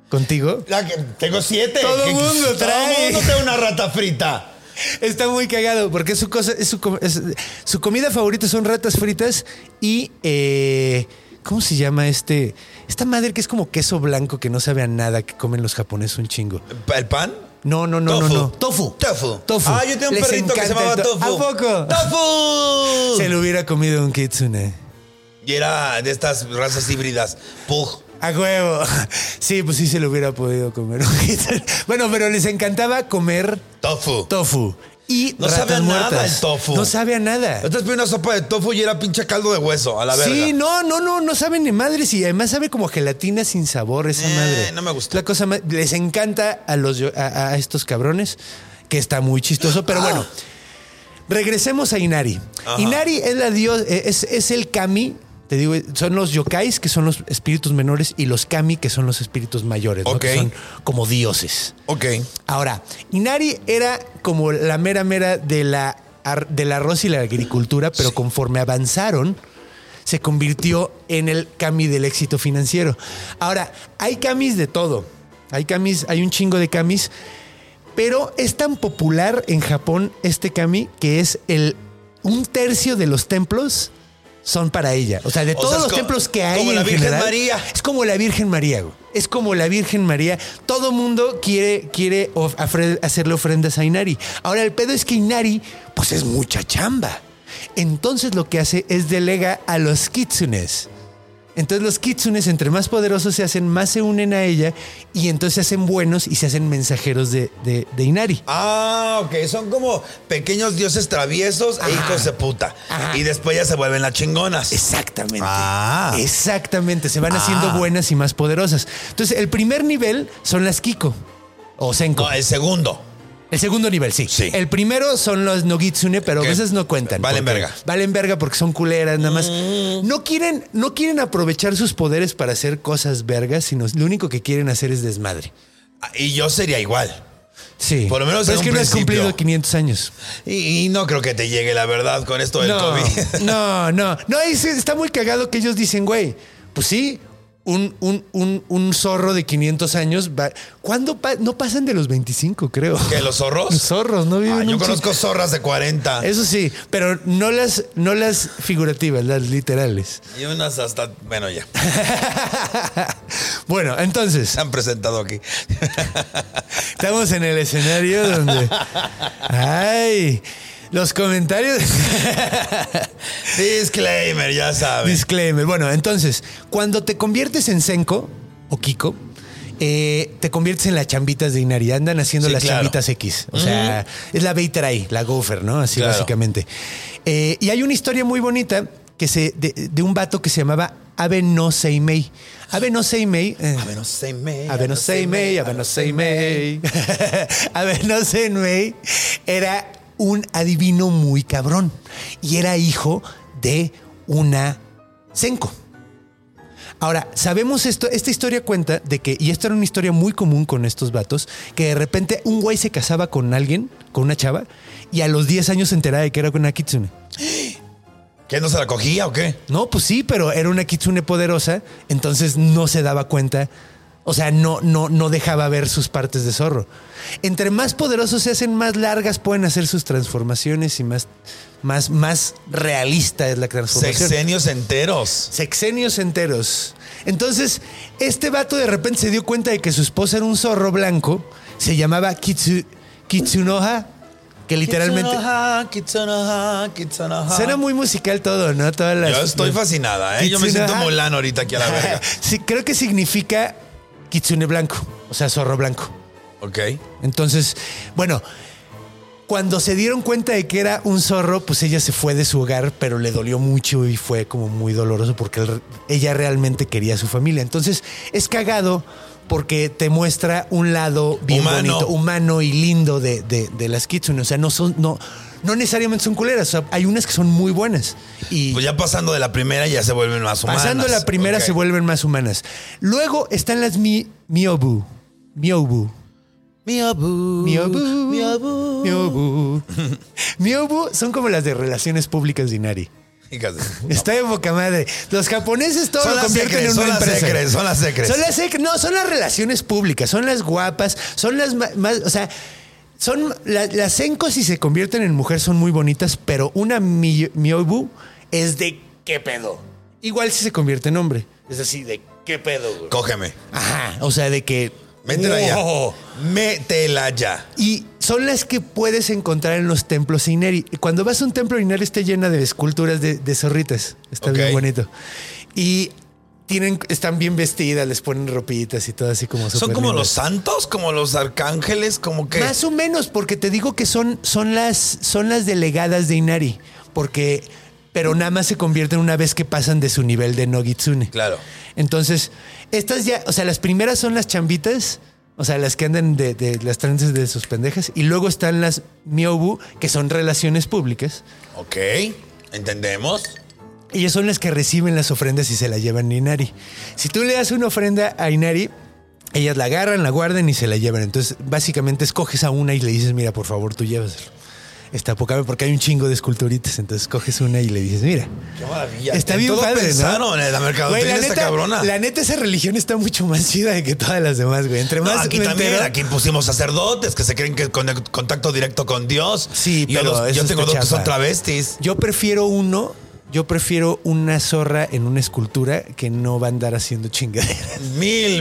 contigo, La que- tengo siete. Todo Que- mundo Todo trae. mundo trae una rata frita. Está muy cagado porque es su cosa, es su, com- es- su comida favorita son ratas fritas y eh, ¿cómo se llama este? Esta madre que es como queso blanco que no sabe a nada que comen los japoneses un chingo. ¿El pan? No, no, no, Tofu. no, no. Tofu. Tofu. Tofu. Ah, yo tenía un Les perrito que se encanta llamaba el to- Tofu. ¿A poco? ¡Tofu! Se lo hubiera comido un kitsune. Y era de estas razas híbridas. Pug. A huevo. Sí, pues sí se lo hubiera podido comer un kitsune. Bueno, pero les encantaba comer Tofu. tofu. Y No ratas sabe a nada muertas. el tofu. No sabe a nada. Entonces pedí una sopa de tofu y era pinche caldo de hueso, a la verga. Sí, no, no, no, no saben ni madres y además sabe como a gelatina sin sabor esa Eh, madre. no me gusta. La cosa más- les encanta a los yo- a, a estos cabrones que está muy chistoso, pero bueno. Regresemos a Inari. Ah. Ajá. Inari es la dios eh, es, es el kami, te digo, son los yokais que son los espíritus menores y los kami que son los espíritus mayores, ¿no? Que Ok. son como dioses. Ok. Ahora, Inari era como la mera mera de la ar- del arroz y la agricultura, pero conforme avanzaron, se convirtió en el kami del éxito financiero. Ahora, hay camis de todo. Hay camis, hay un chingo de camis, pero es tan popular en Japón este kami que es el un tercio de los templos son para ella. O sea, de O sea, todos es los co- templos que hay como la en Virgen general, María. es como la Virgen María, güey. Es como la Virgen María. Todo mundo quiere, quiere of- afre- hacerle ofrendas a Inari. Ahora, el pedo es que Inari, pues es mucha chamba. Entonces lo que hace es delega a los kitsunes. Entonces los kitsunes, entre más poderosos se hacen, más se unen a ella y entonces se hacen buenos y se hacen mensajeros de, de- de Inari. Ah, ok. Son como pequeños dioses traviesos e hijos de puta. Ajá. Y después ya se vuelven las chingonas. Exactamente. Ah. Exactamente. Se van haciendo Ah. buenas y más poderosas. Entonces, el primer nivel son las Kiko o Senko. No, el segundo. El segundo nivel, sí. Sí. El primero son los Nogitsune, pero Que a veces no cuentan. valen porque- verga. Mm. Valen verga porque son culeras, nada más. No, quieren, no quieren aprovechar sus poderes para hacer cosas vergas, sino lo único que quieren hacer es desmadre. Ah, Y yo sería igual. Sí. Por lo menos Pero en es que un no has principio. cumplido 500 años. Y, y no creo que te llegue la verdad con esto del no, COVID. no, no. No, ahí sí está muy cagado que ellos dicen, güey, pues sí, un, un, un, un zorro de 500 años. va- ¿Cuándo pa- no pasan de los 25, creo? ¿Que los zorros? Los zorros no viven. Ah, yo un conozco zorras de 40. chi- Eso sí, pero no las, no las figurativas, las literales. Y unas hasta. Bueno, ya. Bueno, entonces, Se han presentado aquí. estamos en el escenario donde. ¡Ay! Los comentarios. Disclaimer, ya sabes. Disclaimer. Bueno, entonces, cuando te conviertes en Senko o Kiko, eh, te conviertes en las chambitas de Inari. Andan haciendo Sí, las claro. chambitas X. O sea, es la Beitrai, la Gopher, ¿no? Así Claro. básicamente. Eh, y hay una historia muy bonita que se, de, de un vato que se llamaba Abe no Seimei. Abe no Seimei. eh, A ver, no sé, me. Abe no Seimei, Abe no Seimei. Abe no Seimei era un adivino muy cabrón y era hijo de una senko. Ahora, sabemos esto, esta historia cuenta de que, y esto era una historia muy común con estos vatos, que de repente un güey se casaba con alguien, con una chava, y a los 10 años se enteraba de que era con una kitsune. ¿Qué no se la cogía o qué? No, pues sí, pero era una kitsune poderosa, entonces no se daba cuenta. O sea, no, no, no dejaba ver sus partes de zorro. Entre más poderosos se hacen, más largas pueden hacer sus transformaciones y más, más, más realista es la transformación. Sexenios enteros. Sexenios enteros. Entonces, este vato de repente se dio cuenta de que su esposa era un zorro blanco. Se llamaba Kitsu, Kitsunoha, que literalmente... Kitsunoha, Kitsunoha, Kitsunoha. Suena muy musical todo, ¿no? Todas las, Yo estoy fascinada, ¿eh? Yo me siento Kitsunoha. Mulan ahorita aquí a la verga. Sí, creo que significa kitsune blanco, o sea, zorro blanco. Ok. Entonces, bueno, cuando se dieron cuenta de que era un zorro, pues ella se fue de su hogar, pero le dolió mucho y fue como muy doloroso porque él- ella realmente quería a su familia. Entonces, es cagado porque te muestra un lado bien Humano. bonito, humano y lindo de, de- de las kitsune. O sea, no son, no, no necesariamente son culeras. O sea, hay unas que son muy buenas. Y Pues ya pasando de la primera ya se vuelven más humanas. Pasando la primera Ok. se vuelven más humanas. Luego están las mi, Miobu. Miobu. Miobu. Miobu. Miobu. Miobu. Miobu son como las de relaciones públicas de Inari. Hijas de su- Está de boca madre. Los japoneses todo Son lo las convierten secres, en son una las empresa. secres, son las secres. Son las sec- No, son las relaciones públicas. Son las guapas. Son las ma- más. O sea. Son la- las sencos si se convierten en mujer son muy bonitas, pero una mi- miobu es de qué pedo. Igual si se convierte en hombre. Es así, de qué pedo, güey. Cógeme. Ajá, o sea, de que... Métela ¡Wow! ya. Métela ya. Y son las que puedes encontrar en los templos Ineri. Cuando vas a un templo Ineri está llena de esculturas de, de zorritas. Está Ok. bien bonito. Y tienen, están bien vestidas, les ponen ropitas y todo así como... ¿Son súper como lindas. los santos? ¿Como los arcángeles? ¿Como que? Más o menos, porque te digo que son, son, las, son las delegadas de Inari. Porque... Pero nada más se convierten una vez que pasan de su nivel de Nogitsune. Claro. Entonces, estas ya, o sea, las primeras son las chambitas, o sea, las que andan de, de las trances de sus pendejas, y luego están las miobu, que son relaciones públicas. Ok. ¿Entendemos? Ellas son las que reciben las ofrendas y se las llevan a Inari. Si tú le das una ofrenda a Inari, ellas la agarran, la guardan y se la llevan. Entonces, básicamente escoges a una y le dices, mira, por favor, tú llévaselo. Está poca porque hay un chingo de esculturitas. Entonces, coges una y le dices, mira. Qué maravilla. Está En bien todo padre, ¿no? pensaron, eh, La mercadotecnia Güey, la está neta- cabrona. La neta, esa religión está mucho más chida que todas las demás, güey. Entre No, más aquí me también, entero- aquí pusimos sacerdotes que se creen que con el contacto directo con Dios. Sí, yo, pero los- eso yo está tengo dos que chafa. son travestis. Yo prefiero uno, yo prefiero una zorra en una escultura que no va a andar haciendo chingaderas. Mil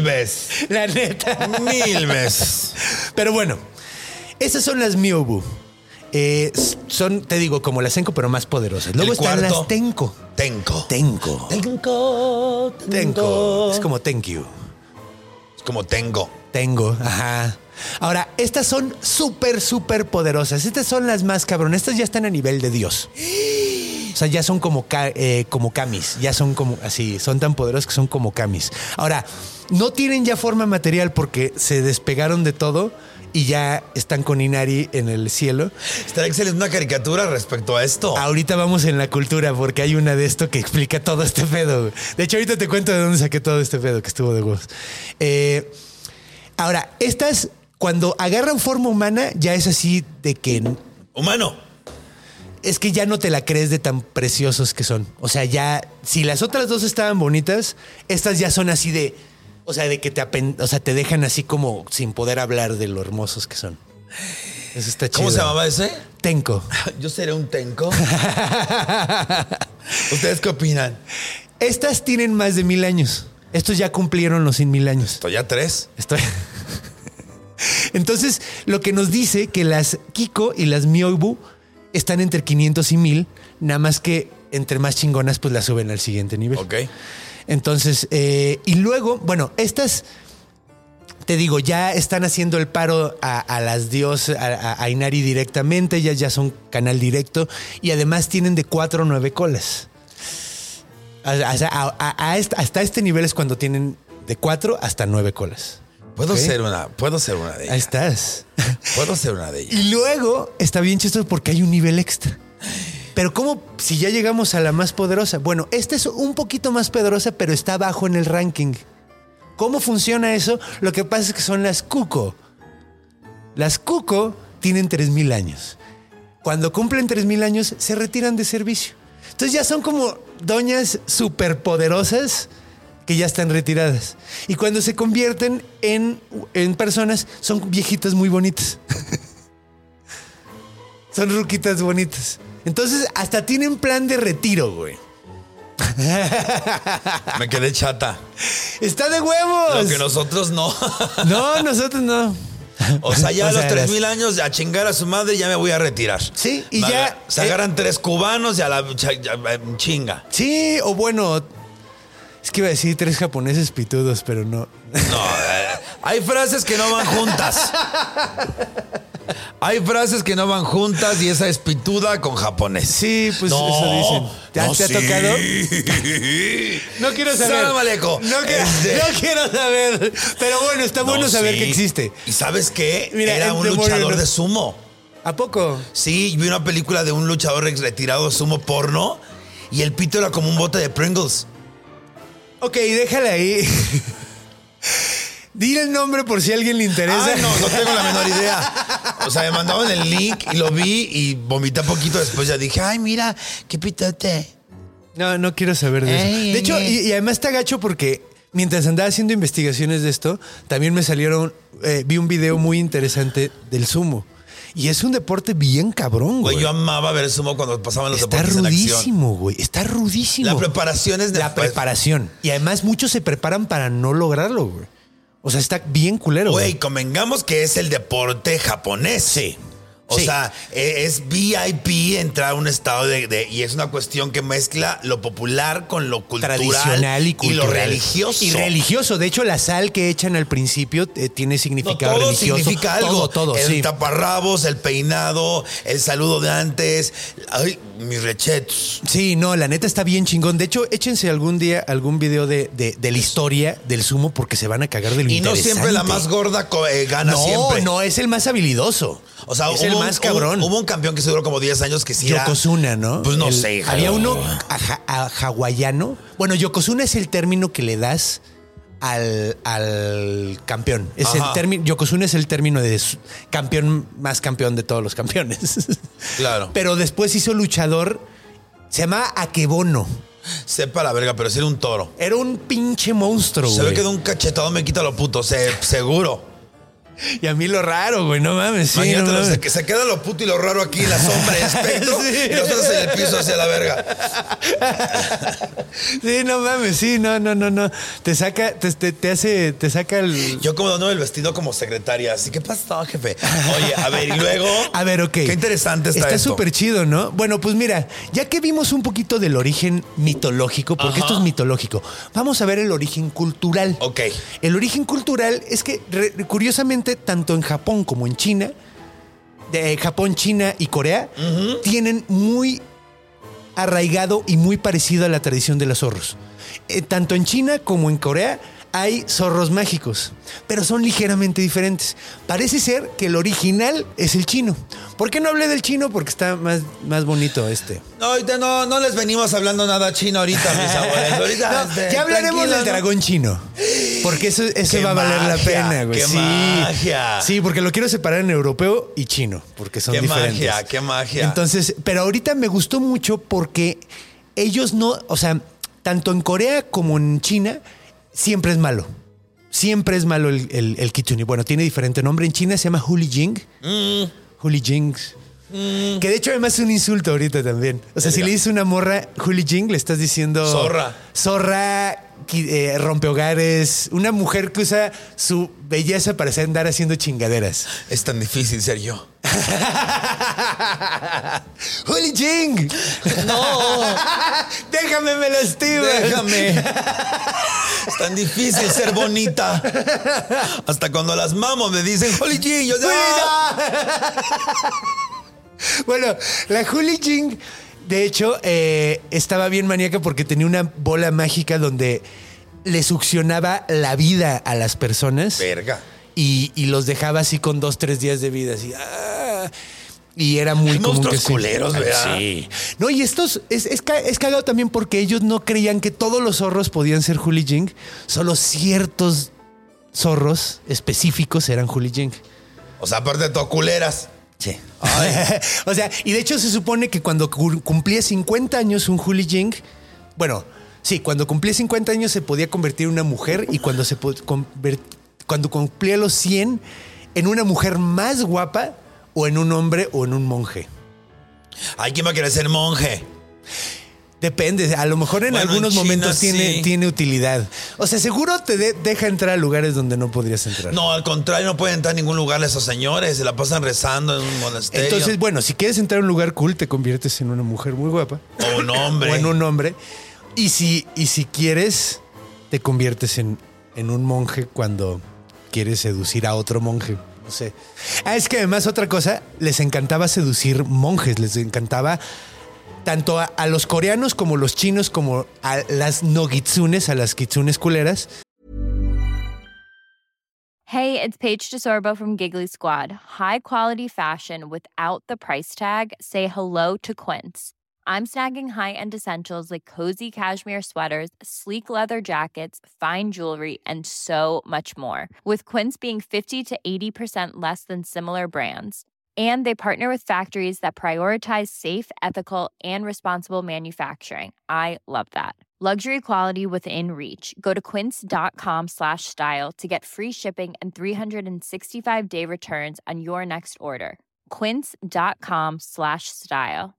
veces. La neta. Mil veces. Pero bueno, esas son las Miobu. Eh, s- son, te digo, como las Senko, pero más poderosas. Luego El están cuarto. las Tenko. Tenco. Tenko. Tenco. Tenko. Es como thank you. Es como tengo. Tengo, ajá. Ahora, estas son súper, súper poderosas. Estas son las más cabrón. Estas ya están a nivel de Dios. O sea, ya son como, ca- eh, como camis. Ya son como así. Son tan poderosas que son como camis. Ahora, no tienen ya forma material porque se despegaron de todo y ya están con Inari en el cielo. Estará excelente una caricatura respecto a esto. Ahorita vamos en la cultura porque hay una de esto que explica todo este pedo. güey. De hecho, ahorita te cuento de dónde saqué todo este pedo que estuvo de huevos. Eh, ahora, estas, cuando agarran forma humana, ya es así de que Humano. es que ya no te la crees de tan preciosos que son. O sea, ya, si las otras dos estaban bonitas, estas ya son así de, o sea, de que te, apen- o sea, te dejan así como sin poder hablar de lo hermosos que son. Eso está chido. ¿Cómo se llamaba ese? Tenko. Yo seré un tenco. ¿Ustedes qué opinan? Estas tienen más de mil años. Estos ya cumplieron los 100 mil años. Estoy a tres. Estoy. Entonces, lo que nos dice que las Kiko y las Mioibu están entre 500 y 1000, nada más que entre más chingonas, pues las suben al siguiente nivel. Ok. Entonces, eh, y luego, bueno, estas, te digo, ya están haciendo el paro a, a las dios, a, a- a Inari directamente, ya, ya son canal directo, y además tienen de cuatro o nueve colas. A- a- a- a este- hasta este nivel es cuando tienen de cuatro hasta nueve colas. Puedo Ok. ser una, puedo ser una de Ahí ellas. estás. Puedo ser una de ellas. Y luego está bien chistoso porque hay un nivel extra. Pero ¿cómo si ya llegamos a la más poderosa? Bueno, esta es un poquito más poderosa, pero está bajo en el ranking. ¿Cómo funciona eso? Lo que pasa es que son las Cuco. Las Cuco tienen 3.000 años. Cuando cumplen 3.000 años, se retiran de servicio. Entonces ya son como doñas superpoderosas que ya están retiradas. Y cuando se convierten en, en personas, son viejitas muy bonitas. Son ruquitas bonitas. Entonces, hasta tienen plan de retiro, güey. Me quedé chata. ¡Está de huevos! Lo que nosotros no. No, nosotros no. O sea, ya a O los sea, 3000 años a chingar a su madre ya me voy a retirar. Sí, y Vale, ya- eh, se agarran tres cubanos y a la cha- ya- em, chinga. Sí, o bueno. Es que iba a decir tres japoneses pitudos, pero no. No, eh, hay frases que no van juntas. Hay frases que no van juntas y esa es pituda con japonés. Sí, pues No, eso dicen. ¿Ya no, te ha sí. tocado? No quiero saber. Salam aleikum. No, quiero- Este- no quiero saber. Pero bueno, está No, bueno saber sí. que existe. ¿Y sabes qué? Mira, Era un entre luchador morir- de sumo. ¿A poco? Sí, vi una película de un luchador ex- retirado de sumo porno y el pito era como un bote de Pringles. Ok, déjala ahí. Dile el nombre por si a alguien le interesa. Ah, no, no tengo la menor idea. O sea, me mandaban el link y lo vi y vomité poquito después. Ya dije, ay, mira, qué pitote. No, no quiero saber de Ey, eso. De hecho, ey, y, y además está gacho porque mientras andaba haciendo investigaciones de esto, también me salieron, eh, vi un video muy interesante del sumo. Y es un deporte bien cabrón, güey. Güey, yo amaba ver sumo cuando pasaban los está deportes en acción. rudísimo, güey. Está rudísimo. La preparación es de La preparación. Y además muchos se preparan para no lograrlo, güey. O sea, está bien culero, Güey, güey. convengamos que es el deporte japonés. Sí. O Sí. sea, e- es VIP entrar a un estado de, de- Y es una cuestión que mezcla lo popular con lo cultural. Tradicional y cultural. lo religioso. Y religioso. De hecho, la sal que echan al principio eh, tiene No, significado todo religioso. significa Todo, algo. todo, el sí. taparrabos, el peinado, el saludo de antes. Ay, mis rechetos. Sí, no, la neta está bien chingón. De hecho, échense algún día algún video de, de- de la historia del sumo porque se van a cagar de lo Y no siempre la más gorda. gorda co- eh, gana No, siempre. no, es el más habilidoso. O sea, es hubo el un- más hubo- cabrón. Hubo, un campeón que se duró como 10 años que sí era- Yokozuna, ¿no? Pues no El- sé. hijo. Había uno aja- a- hawaiano. Bueno, Yokozuna es el término que le das al, al campeón. Es el Ajá. término, Yokozuna es el término de su- campeón más campeón de todos los campeones. Claro. Pero después hizo luchador. Se llama Akebono. Sepa la verga, pero sí era un toro. Era un pinche monstruo, Se ve güey. que de un cachetado me quita lo puto, se- seguro. Y a mí lo raro, güey, no mames. Sí, Imagínate, no lo- mames. se, que se queda lo puto y lo raro aquí, la sombra, el espectro, Sí. y nosotros en el piso hacia la verga. Sí, no mames, sí, no, no, no, no. Te saca, te, te- te hace, te saca el... Yo como dono el vestido como secretaria, así que pasó, jefe. Oye, a ver, y luego. A ver, ok. Qué interesante está, Está esto. súper chido, ¿no? Bueno, pues mira, ya que vimos un poquito del origen mitológico, porque esto es mitológico, vamos a ver el origen cultural. Ok. El origen cultural es que, re- curiosamente, tanto en Japón como en China, de Japón, China y Corea, tienen muy arraigado y muy parecido a la tradición de los zorros. Eh, tanto en China como en Corea hay zorros mágicos, pero son ligeramente diferentes. Parece ser que el original es el chino. ¿Por qué no hablé del chino? Porque está más, más bonito este. No, ahorita no, no les venimos hablando nada chino ahorita, mis amores. Ahorita, No, este, ya hablaremos tranquilo, del ¿no? dragón chino. Porque eso, eso ¡Qué va a valer la magia! pena, güey. ¡Qué sí. magia! Sí, porque lo quiero separar en europeo y chino, porque son ¡Qué diferentes. magia! ¡Qué magia! Entonces, pero ahorita me gustó mucho porque ellos no, o sea, tanto en Corea como en China, siempre es malo. Siempre es malo el, el, el kitsune. Bueno, tiene diferente nombre. En China se llama Huli Jing. Mm. Huli Jing. Que de hecho además es un insulto ahorita también. O sea, si le dices una morra Huli Jing, le estás diciendo... Zorra. Zorra, qui- eh, rompehogares. Una mujer que usa su belleza para andar haciendo chingaderas. Es tan difícil ser yo. ¡Huli Jing! ¡No! ¡Déjame, me lastimas! Déjame. es tan difícil ser bonita. Hasta cuando las mamo me dicen, Holy Jing, yo ¡Ah! Bueno, la Huli Jing, de hecho, eh, estaba bien maníaca porque tenía una bola mágica donde le succionaba la vida a las personas. Verga. y, y los dejaba así con dos, tres días de vida, así. ¡ah! Y era muy Hay común monstruos que sí. culeros, ¿verdad? Sí. No, y estos es, es, ca- es cagado también porque ellos no creían que todos los zorros podían ser Huli Jing, solo ciertos zorros específicos eran Huli Jing. O sea, aparte de todo, culeras. Sí. o sea, y de hecho se supone que cuando cu- cumplía 50 años un Huli Jing, bueno, sí, cuando cumplía 50 años se podía convertir en una mujer y cuando se po- conver- cuando cumplía los 100 en una mujer más guapa o en un hombre o en un monje. Hay quien va a querer ser monje. Depende, a lo mejor en Bueno, en algunos China momentos tiene, sí. tiene utilidad. O sea, seguro te de- deja entrar a lugares donde no podrías entrar. No, al contrario, no pueden entrar a ningún lugar esos señores. Se la pasan rezando en un monasterio. Entonces, bueno, si quieres entrar a un lugar cool, te conviertes en una mujer muy guapa. o un hombre. o en un hombre. Y si, y si quieres, te conviertes en, en un monje cuando quieres seducir a otro monje. No sé. Ah, es que además otra cosa, les encantaba seducir monjes, les encantaba tanto a, a los coreanos como los chinos, como a las no gitsunes, a las kitsunes culeras, Hey, it's Paige DeSorbo from Giggly Squad. High quality fashion without the price tag. Say hello to Quince. I'm snagging high-end essentials like cozy cashmere sweaters, sleek leather jackets, fine jewelry, and so much more. With Quince being 50 to 80% less than similar brands. And they partner with factories that prioritize safe, ethical, and responsible manufacturing. I love that. Luxury quality within reach. Go to quince.com slash style to get free shipping and 365 day returns on your next order. Quince.com slash style.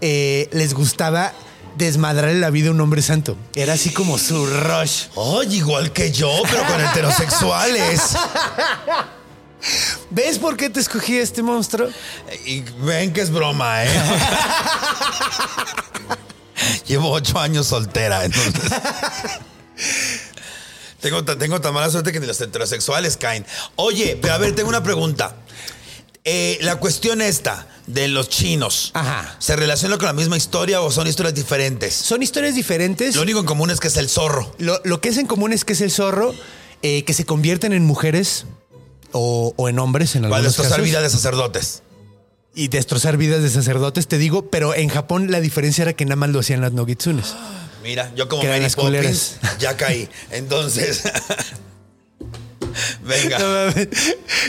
eh, les gustaba desmadrarle la vida a un hombre santo. Era así como su rush. Ay, igual que yo, pero con heterosexuales. ¿Ves por qué te escogí este monstruo? Y ven que es broma, ¿eh? Llevo ocho años soltera, entonces. tengo, tan- tengo tan mala suerte que ni los heterosexuales caen. Oye, pero a ver, tengo una pregunta. Eh, la cuestión esta de los chinos, Ajá. ¿se relaciona con la misma historia o son historias diferentes? Son historias diferentes. Lo único en común es que es el zorro. Lo, lo que es en común es que es el zorro, eh, que se convierten en mujeres o, o en hombres en Para algunos destrozar casos. vida de sacerdotes. Y destrozar vidas de sacerdotes, te digo, pero en Japón la diferencia era que nada más lo hacían las nogitsunes. Mira, yo como Que eran Mary las Poppins culeras. ya caí. Entonces, venga. No mames.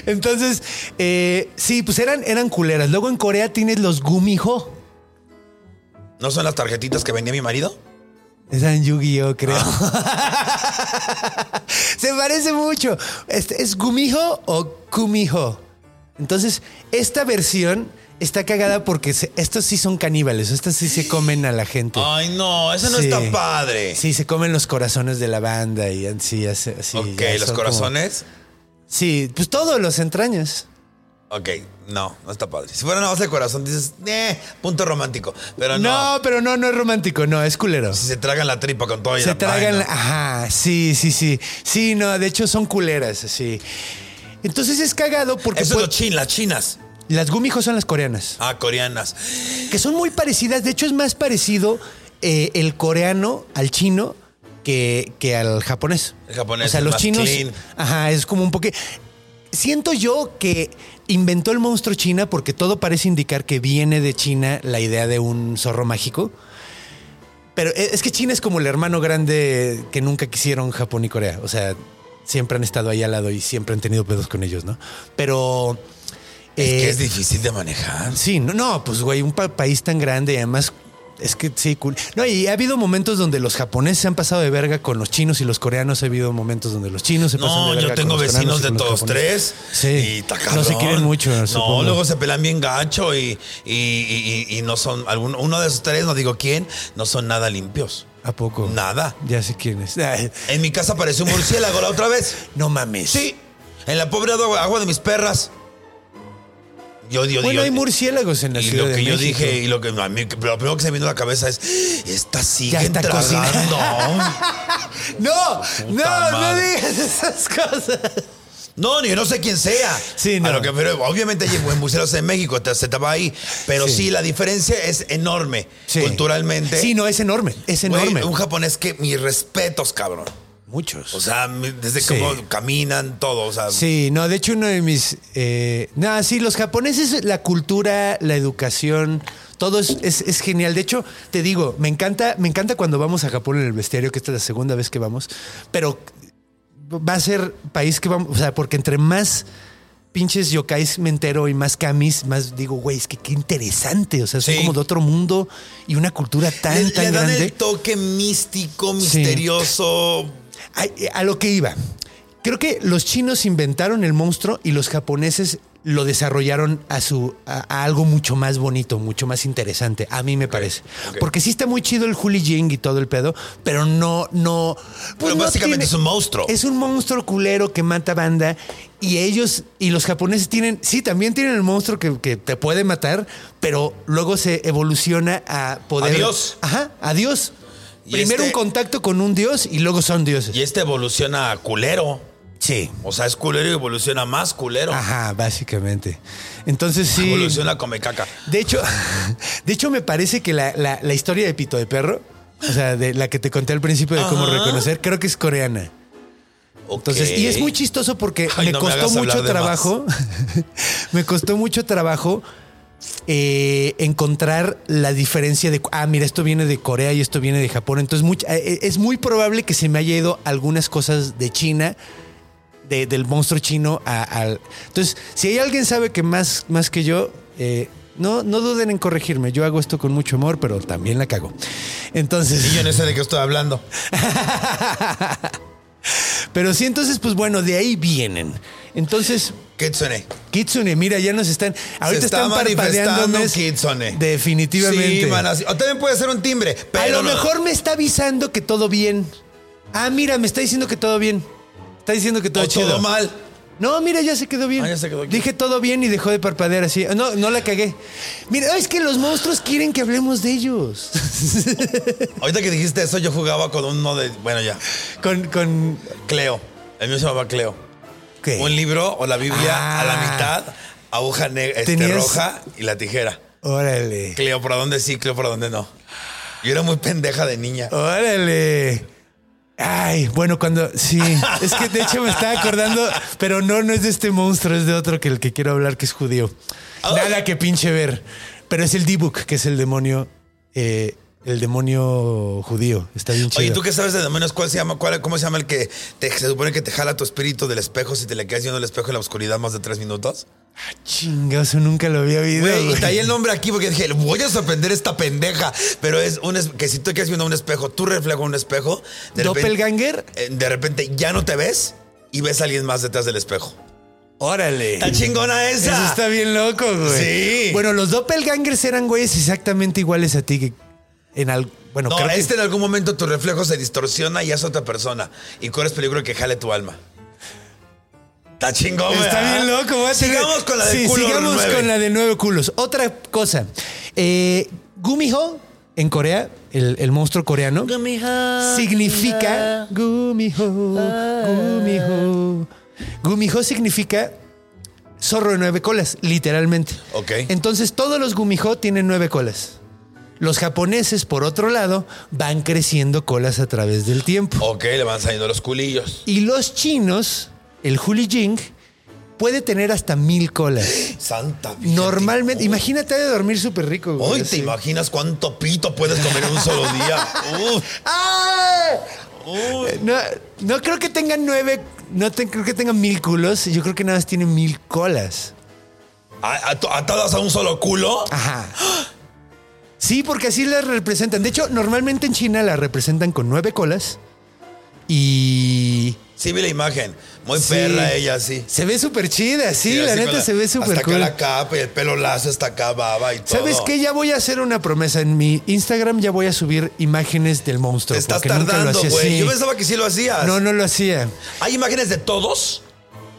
Entonces, eh, sí, pues eran, eran culeras. Luego en Corea tienes los gumijo. ¿No son las tarjetitas que vendía mi marido? Eran Yu-Gi-Oh, creo. Ah. Se parece mucho. Este, ¿Es Gumijo o Kumijo? Entonces, esta versión está cagada porque se- estos sí son caníbales. Estos sí se comen a la gente. Ay, no, eso no Sí. está padre. Sí, se comen los corazones de la banda y así. así así, ok, ya los son como- corazones. Sí, pues todos los entrañas. Ok, no, no está padre. Si fuera una base de corazón, dices, eh, punto romántico. Pero Ah, no, No, pero no, no es romántico. No, es culero. si se tragan la tripa con todo y Se la tragan. vaina. la- Ah, Ajá, sí, sí, sí. Sí, no, de hecho son culeras, sí. Entonces es cagado porque. Eso pues- es lo chin, las chinas. Las gumijo son las coreanas, Ah, coreanas. que son muy parecidas. De hecho, es más parecido eh, el coreano al chino que, que al japonés. El japonés O sea, es los más chinos. clean. Ajá, es como un poquito. Siento yo que inventó el monstruo China porque todo parece indicar que viene de China la idea de un zorro mágico. Pero eh, es que China es como el hermano grande que nunca quisieron Japón y Corea. O sea, siempre han estado ahí al lado y siempre han tenido pedos con ellos, ¿no? Pero. Es que eh, es difícil de manejar. Sí, no, no, pues güey, un pa- país tan grande y además es que sí, cool. No, y ha habido momentos donde los japoneses se han pasado de verga con los chinos y los coreanos. Ha habido momentos donde los chinos se pasan de No, verga yo tengo con los coreanos vecinos y de con los todos japoneses. tres. Sí. Y está no se cabrón. quieren mucho. eh, No, supongo. luego se pelan bien gacho y, y, y- y- y no son. alguno- uno de esos tres, no digo quién, no son nada limpios. ¿A poco? Nada. Ya sé quién es. Ay, En mi casa apareció un murciélago la otra vez. no mames. Sí. En la pobre agua, agua de mis perras. Yo, yo, Bueno, yo- hay murciélagos en la Y ciudad lo que de yo México. dije, y lo que a mí, lo primero que se me vino a la cabeza es, esta Ya sigue está tragando. No, no, no madre. digas esas cosas. No, ni yo no sé quién sea. Sí, no. A lo que- pero obviamente llegó en Buceros en México, te- se estaba ahí. Pero Sí. sí, la diferencia es enorme Sí. culturalmente. Sí, no, es enorme. Es Güey, enorme. un japonés que mis respetos, cabrón. Muchos. O sea, mi- desde Sí. cómo caminan, todo. O sea, Sí, no, de hecho uno de mis... eh, nada, sí, los japoneses, la cultura, la educación, todo es, es- es genial. De hecho, te digo, me encanta, me encanta cuando vamos a Japón en el bestiario, que esta es la segunda vez que vamos, pero va a ser país que vamos, o sea, porque entre más pinches yokais me entero y más kamis, más digo, güey, es que qué interesante, o sea, son Sí. como de otro mundo y una cultura tan, le, tan le dan grande. el toque místico, Sí. misterioso. Ay, eh, A, lo que iba. Creo que los chinos inventaron el monstruo y los japoneses lo desarrollaron a, su, a, a algo mucho más bonito, mucho más interesante, a mí me parece. ok. Porque sí está muy chido el Juli Jing y todo el pedo, pero no, no... pues Pero no básicamente tiene- es un monstruo. Es un monstruo culero que mata banda y ellos y los japoneses tienen, sí, también tienen el monstruo que, que te puede matar, pero luego se evoluciona a poder... Adiós. Ajá, adiós. Y Primero un este- contacto con un dios y luego son dioses. Y este evoluciona a culero. Sí. O sea, es culero y evoluciona más culero. Ajá, básicamente. Entonces Ah, sí. Evoluciona a come caca. De hecho, de hecho, me parece que la, la- la historia de Pito de Perro, o sea, de la que te conté al principio de cómo Ajá. reconocer, creo que es coreana. Entonces, y es muy chistoso porque Ay, me, no me costó hagas hablar mucho de más. trabajo, me costó mucho trabajo. eh, encontrar la diferencia de ah mira esto viene de Corea y esto viene de Japón entonces much- eh, es muy probable que se me haya ido algunas cosas de China de- del monstruo chino a- al entonces si hay alguien sabe que más más que yo eh, no no duden en corregirme yo hago esto con mucho amor pero también la cago entonces Y yo no sé de qué estoy hablando. pero sí entonces pues bueno de ahí vienen entonces Kitsune. Kitsune, mira, ya nos están. Ahorita Se está están parpadeando. manifestando mes. Kitsune. Definitivamente. Sí, van así. O también puede ser un timbre. Pero a lo no. mejor me está avisando que todo bien. Ah, mira, me está diciendo que todo bien. Está diciendo que todo O chido. todo mal. No, mira, ya se quedó bien. Ah, ya se quedó bien. Dije todo bien y dejó de parpadear así. No, no la cagué. Mira, es que los monstruos quieren que hablemos de ellos. Ahorita que dijiste eso, yo jugaba con uno de. Bueno, ya. con, con. Cleo. El mío se llamaba Cleo. ¿qué? Un libro o la Biblia Ah. a la mitad, aguja ne- este, Tenías- roja y la tijera. Órale. Cleo, ¿para dónde sí? Cleo, ¿para dónde no? Yo era muy pendeja de niña. Oh, Órale. Ay, bueno, cuando. Sí, es que de hecho me estaba acordando, pero no, no es de este monstruo, es de otro que el que quiero hablar, que es judío. Nada que pinche ver. Pero es el D-Book, que es el demonio. eh, el demonio judío. Está bien chido. Oye, ¿tú qué sabes de demonios? ¿Cuál se llama? cuál- ¿Cómo se llama el que te- se supone que te jala tu espíritu del espejo si te le quedas viendo el espejo en la oscuridad más de tres minutos? Chingazo, nunca lo había oído. Güey, güey. y traía el nombre aquí porque dije, voy a sorprender a esta pendeja. Pero es un es- que si tú te quedas viendo un espejo, tú reflejas un espejo. de repente- ¿Doppelganger? eh, de repente ya no te ves y ves a alguien más detrás del espejo. Órale. Está chingona esa. Eso está bien loco, güey. Sí. Bueno, los doppelgangers eran güeyes exactamente iguales a ti que en al, bueno, No, creo que- este en algún momento tu reflejo se distorsiona y es otra persona. Y corres peligro de que jale tu alma. Está chingón, Está ¿verdad? bien loco. voy a tener- Sigamos con la de Sí, culo sigamos nueve. con la de nueve culos. Otra cosa. Eh, Gumiho en Corea, el, el monstruo coreano, significa Gumiho, Gumiho. Gumiho significa zorro de nueve colas, literalmente. Ok. Entonces todos los Gumiho tienen nueve colas. Los japoneses, por otro lado, van creciendo colas a través del tiempo. Ok, le van saliendo los culillos. Y los chinos, el Juli Jing, puede tener hasta mil colas. Santa Virgen. Normalmente, Uy, imagínate ha de dormir súper rico. güey, Uy, ¿te así. imaginas cuánto pito puedes comer en un solo día? Uf, ¡Ah! No, no creo que tengan nueve, no te- creo que tengan mil culos, yo creo que nada más tienen mil colas. ¿a- a- ¿Atadas a un solo culo? Ajá. Sí, porque así las representan. De hecho, normalmente en China la representan con nueve colas y... Sí, vi la imagen. Muy Sí. perra ella, sí. Se ve súper chida, sí, Sí, la así con neta se ve súper Hasta cool. acá la capa y el pelo lazo hasta acá, baba y todo. ¿Sabes qué? Ya voy a hacer una promesa. En mi Instagram ya voy a subir imágenes del monstruo. Te estás porque nunca lo tardando, hacía güey. así. Yo pensaba que sí lo hacías. No, no lo hacía. ¿Hay imágenes de todos?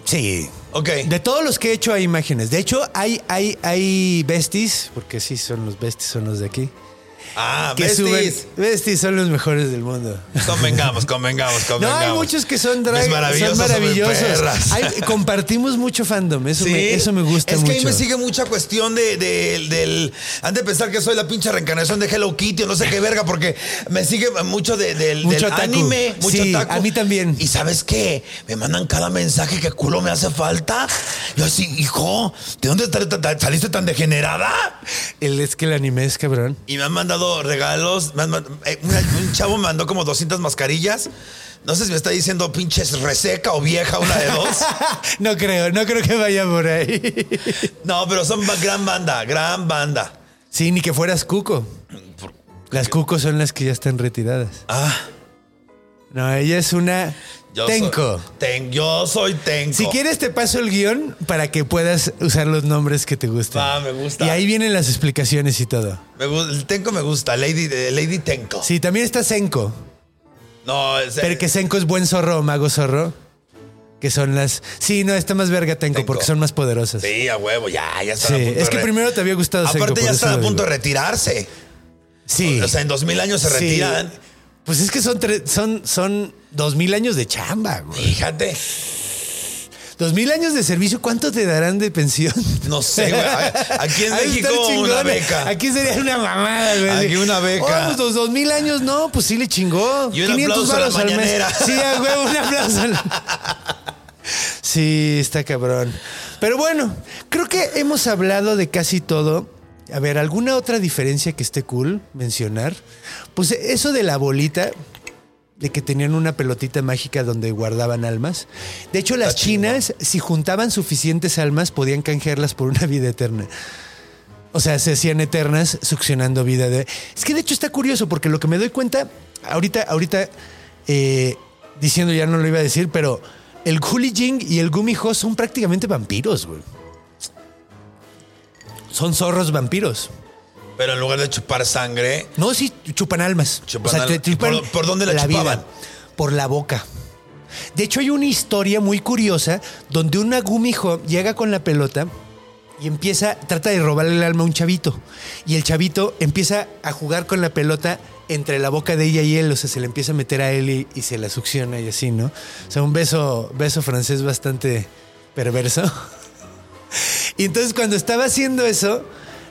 Sí. Ok. De todos los que he hecho hay imágenes. De hecho, hay, hay, hay besties, porque sí son los besties, son los de aquí. ah, que besties. suben- Besties son los mejores del mundo. Convengamos, convengamos, No, convengamos. hay muchos que son drag, Mis maravillosos son son mis maravillosos. perras. Hay- compartimos mucho fandom, eso, Sí. me, eso me gusta Es que mucho. ahí me sigue mucha cuestión de, de- del. Han de pensar que soy la pinche reencarnación de Hello Kitty o no sé qué verga, porque me sigue mucho de- del, Mucho del otaku. anime, mucho Sí, otaku. a mí también. Y sabes qué? Me mandan cada mensaje que culo me hace falta. Yo así, hijo, ¿de dónde tal- tal- tal- saliste tan degenerada? El, es que el anime es cabrón. Y me han mandado regalos. me han mand- eh, una- un chavo me mandó como 200 mascarillas. No sé si me está diciendo pinches reseca o vieja, una de dos. no creo, no creo que vaya por ahí. No, pero son ba- gran banda, gran banda. Sí, ni que fueras cuco. Las cucos son las que ya están retiradas. Ah. No, ella es una Yo tenco. Soy, ten- yo soy Tenco. Si quieres te paso el guión para que puedas usar los nombres que te gustan. Ah, me gusta. Y ahí vienen las explicaciones y todo. Me gu- el Tenco me gusta, Lady, eh, Lady Tenco. Sí, también está Senko. No, es- eh, Pero que Senko es buen zorro o mago zorro. Que son las... Sí, no, está más verga Tenko, Tenko. porque son más poderosas. Sí, Sí, a huevo, ya, ya está. es que primero te había gustado Senko. Aparte, por eso ya están a lo punto de digo. retirarse. Sí. O sea, en 2000 años se sí. retiran. Pues es que son, tres- son, son dos mil años de chamba, güey. Fíjate. Dos mil años de servicio, ¿cuánto te darán de pensión? No sé, güey. A- Aquí en Ha de México, estar una chingón. ¿eh? beca. Aquí sería una mamada, güey. Aquí una beca. Oh, pues los dos mil años, no, pues sí le chingó. Y un aplauso a la varos al mes. mañanera. Sí, a huevo, un aplauso. al- Sí, está cabrón. Pero bueno, creo que hemos hablado de casi todo. A ver, ¿alguna otra diferencia que esté cool mencionar? Pues eso de la bolita, de que tenían una pelotita mágica donde guardaban almas. De hecho, las Está chingón. chinas, si juntaban suficientes almas, podían canjearlas por una vida eterna. O sea, se hacían eternas succionando vida de. Es que de hecho está curioso, porque lo que me doy cuenta, ahorita, ahorita, eh, diciendo ya no lo iba a decir, pero el Juli Jing y el Gumi Ho son prácticamente vampiros, güey. Son zorros vampiros. Pero en lugar de chupar sangre, No, sí, chupan almas. Chupan almas. ¿Por- por dónde la chupaban? Por la boca. De hecho, hay una historia muy curiosa donde una gumijo llega con la pelota y empieza, trata de robarle el alma a un chavito. Y el chavito empieza a jugar con la pelota entre la boca de ella y él. O sea, se le empieza a meter a él y, y se la succiona y así, ¿no? O sea, un beso, beso francés bastante perverso. Y entonces cuando estaba haciendo eso,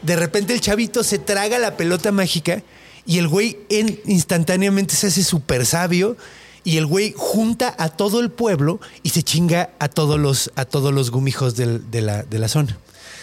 de repente el chavito se traga la pelota mágica y el güey en- instantáneamente se hace súper sabio y el güey junta a todo el pueblo y se chinga a todos los, a todos los gumijos del- de, la, de la zona.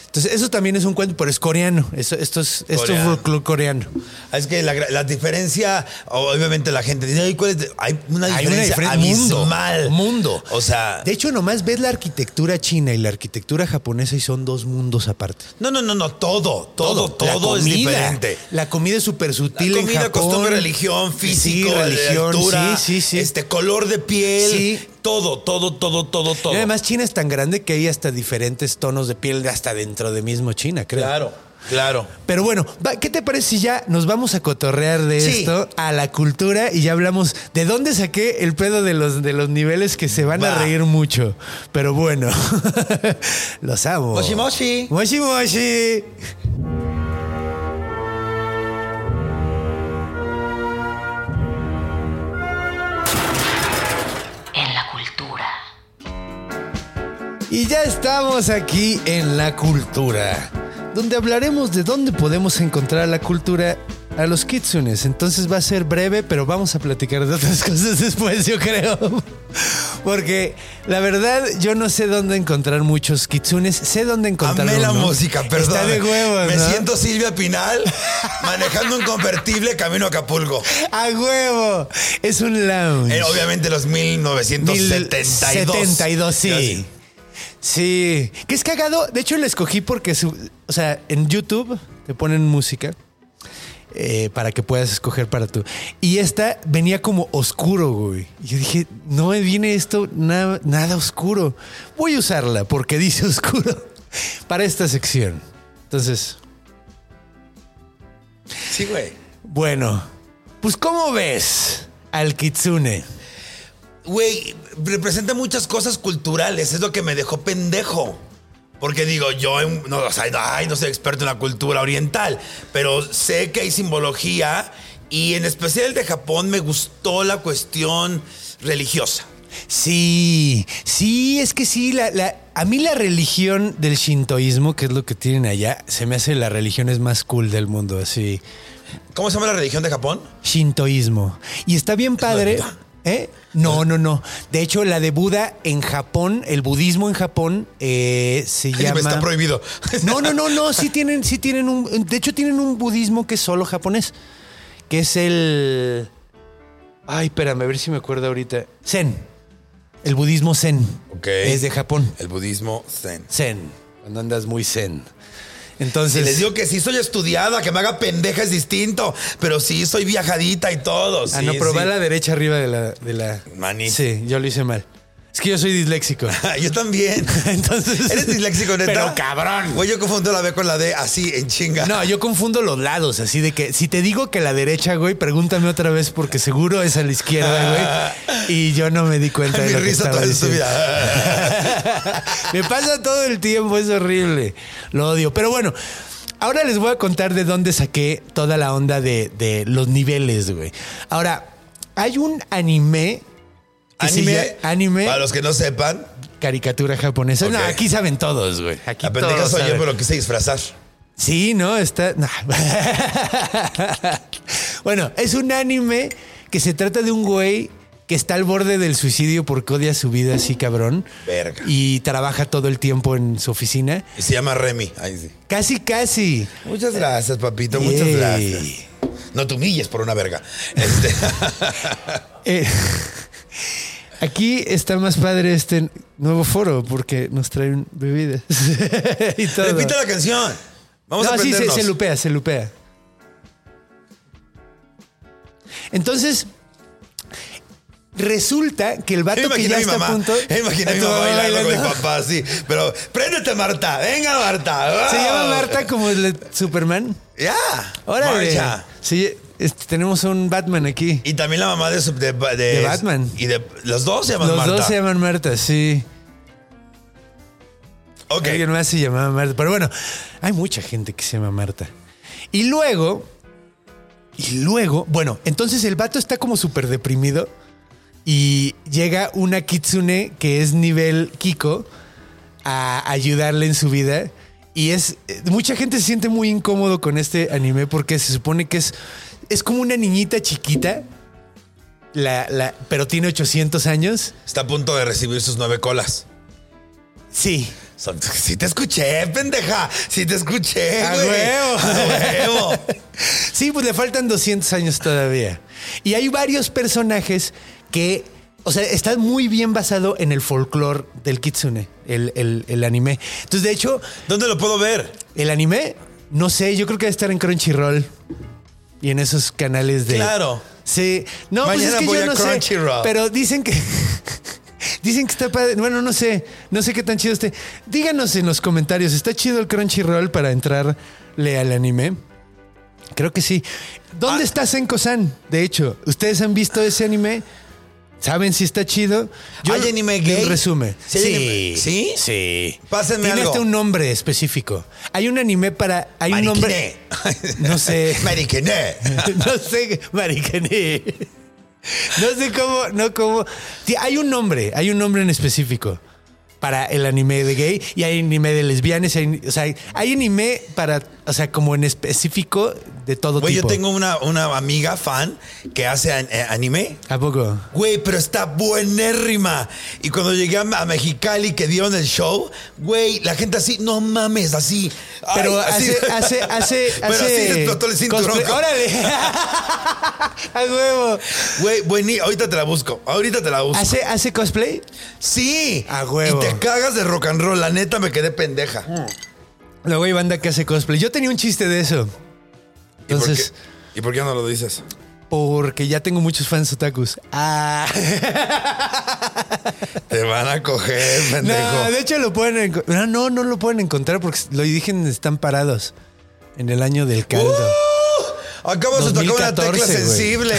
Entonces eso también es un cuento, pero es coreano. Eso- esto es, esto es Coreano. folclore coreano. es que la, gra- la diferencia, obviamente la gente dice, "Ay, ¿cuál es de-?" Hay una Hay diferencia diferen- abismal. Mundo. O sea, De hecho, nomás ves la arquitectura china y la arquitectura japonesa y son dos mundos aparte. no, no, no, no, todo, todo, todo, La es comida. diferente. La comida es súper sutil La en comida, Japón. costumbre, religión, físico, Sí, religión, altura, sí, sí, sí. este color de piel, Sí. todo, todo, todo, todo, todo. Y además China es tan grande que hay hasta diferentes tonos de piel de hasta dentro de mismo China, creo. claro, claro. Pero bueno, va, ¿qué te parece si ya nos vamos a cotorrear de Sí. esto a la cultura y ya hablamos de dónde saqué el pedo de los, de los niveles que se van a Va. reír mucho? Pero bueno, los amo. Moshi moshi. Moshi moshi. En la cultura. Y ya estamos aquí en la cultura, donde hablaremos de dónde podemos encontrar la cultura a los kitsunes. Entonces va a ser breve, pero vamos a platicar de otras cosas después, yo creo. Porque la verdad, yo no sé dónde encontrar muchos kitsunes. Sé dónde encontrar Amé la uno. música, perdón. Está de huevos, Me ¿no? siento Silvia Pinal manejando un convertible camino a Acapulco. ¡A huevo! Es un lounge. Eh, obviamente los 1972. 72, Yo sí. así, Sí. Que es cagado. De hecho, la escogí porque, su- o sea, en YouTube te ponen música eh, para que puedas escoger para tú. Y esta venía como oscuro, güey. Y yo dije, no me viene esto na- nada oscuro. Voy a usarla porque dice oscuro para esta sección. Entonces, Sí, güey. bueno, pues, ¿cómo ves al Kitsune? Güey, representa muchas cosas culturales. Es lo que me dejó pendejo. Porque digo, yo en- no, o sea, ay, no soy experto en la cultura oriental, pero sé que hay simbología y en especial el de Japón me gustó la cuestión religiosa. Sí, sí, es que sí, la, la- a mí la religión del shintoísmo, que es lo que tienen allá, se me hace la religión es más cool del mundo, así, ¿Cómo se llama la religión de Japón? shintoísmo. Y está bien padre, Buda? ¿eh? No, no, no. De hecho, la de Buda en Japón, el budismo en Japón, eh, se Ay, llama... me está prohibido. No, no, no, no, sí tienen, sí tienen un... De hecho, tienen un budismo que es solo japonés, que es el... Ay, espérame, a ver si me acuerdo ahorita. Zen. El budismo zen. Ok. Es de Japón. El budismo zen. Zen. Cuando andas muy zen. Si Entonces... les digo que sí soy estudiada, que me haga pendeja es distinto, pero sí soy viajadita y todo. ah, sí, no, pero sí. va a la derecha arriba de la... De la... Maní. Sí, yo lo hice mal. Es que yo soy disléxico. Yo también. Entonces... Eres disléxico, neta. Pero cabrón. Güey, yo confundo la B con la D así, en chinga. No, yo confundo los lados, así de que si te digo que la derecha, güey, pregúntame otra vez porque seguro es a la izquierda, güey. Y yo no me di cuenta de Mi lo que risa estaba toda su diciendo. vida. Me pasa todo el tiempo, es horrible. Lo odio. Pero bueno, ahora les voy a contar de dónde saqué toda la onda de, de los niveles, güey. Ahora, hay un anime. que se Anime. llama- anime. Para los que no sepan, Caricatura japonesa. No, Ok. aquí saben todos, güey. Aquí la pendeja todos soy yo, saben. pero quise disfrazar. Sí, no, está. no. bueno, es un anime que se trata de un güey que está al borde del suicidio porque odia su vida así, cabrón. Verga. Y trabaja todo el tiempo en su oficina. Y se llama Remy. Ahí sí. Casi, casi. Muchas gracias, papito. Muchas Yay. gracias. No te humilles por una verga. Este, Eh, aquí está más padre este nuevo foro porque nos traen bebidas. y todo. repite la canción. Vamos no, a sí, se, aprendernos. se lupea, se lupea. Entonces, resulta que el Yo vato me que imaginé ya a mi está mamá. a punto. Ah, Yo me imaginé a mi Tu mamá mamá bailando, con bailando. mi papá así. Pero préndete, Marta. Venga, Marta. Se llama ¡Wow! Marta como el de Superman. Ya. Órale. Marcha. Sí, este, tenemos un Batman aquí. Y también la mamá de, su- de, de- De Batman. Y de los dos se llaman Los Marta. dos se llaman Marta, sí. Ok. Alguien más se llamaba Marta. Pero bueno, hay mucha gente que se llama Marta. Y luego, y luego, bueno, entonces el vato está como súper deprimido y llega una kitsune que es nivel Kiko a ayudarle en su vida. Y es, eh, mucha gente se siente muy incómodo con este anime porque se supone que es, es como una niñita chiquita, la, la, pero tiene 800 años. Está a punto de recibir sus nueve colas. Sí, Son- Sí te escuché, pendeja. Sí te escuché, ¡A Eh, güey. huevo! ¡A huevo! Sí, pues le faltan 200 años todavía. Y hay varios personajes que, o sea, está muy bien basado en el folclore del kitsune, el, el- el anime. Entonces, de hecho, ¿Dónde lo puedo ver? el anime, no sé, yo creo que debe estar en Crunchyroll y en esos canales de... Claro. Sí. No, pues Mañana es que voy yo a no sé, Crunchyroll. pero dicen que... Dicen que está padre. Bueno, no sé. No sé qué tan chido esté. Díganos en los comentarios. ¿Está chido el Crunchyroll para entrarle al anime? Creo que sí. ¿Dónde Ah. está Senko-san? De hecho, ¿ustedes han visto ese anime? ¿Saben si está chido? ¿Hay anime gay? en resumen. ¿Sí hay anime- sí? Sí. Pásenme Tiene algo. hasta un nombre específico. Hay un anime para... Hay un nombre... Mariquiné. No sé. Mariquiné. no sé, maricaní. No sé cómo, no cómo. Sí, hay un nombre, hay un nombre en específico para el anime de gay y hay anime de lesbianas, hay- o sea, hay anime para, o sea, como en específico De todo Güey, yo tipo. tengo una, una amiga fan que hace an- eh, anime. ¿A poco? Güey, pero está buenérrima. Y cuando llegué a a Mexicali que dieron el show, güey, la gente así, no mames, así. Pero Ay, así. hace, hace, hace, Pero así hace- le explotó el cinturón. cosplay. ¡Órale! ¡A huevo! Güey, buení, ahorita te la busco. Ahorita te la busco. ¿Hace, hace cosplay? Sí. A huevo. Mm. Y te cagas de rock and roll. La neta me quedé pendeja. La güey banda que hace cosplay. Yo tenía un chiste de eso. Entonces, ¿Y por qué no lo dices? porque ya tengo muchos fans otakus. Ah. Te van a coger, pendejo. No, de hecho lo pueden enco- no, no, no lo pueden encontrar porque lo dije en están parados en el año del caldo. ¡Uh! Acabas de tocar 2014, una tecla güey. sensible.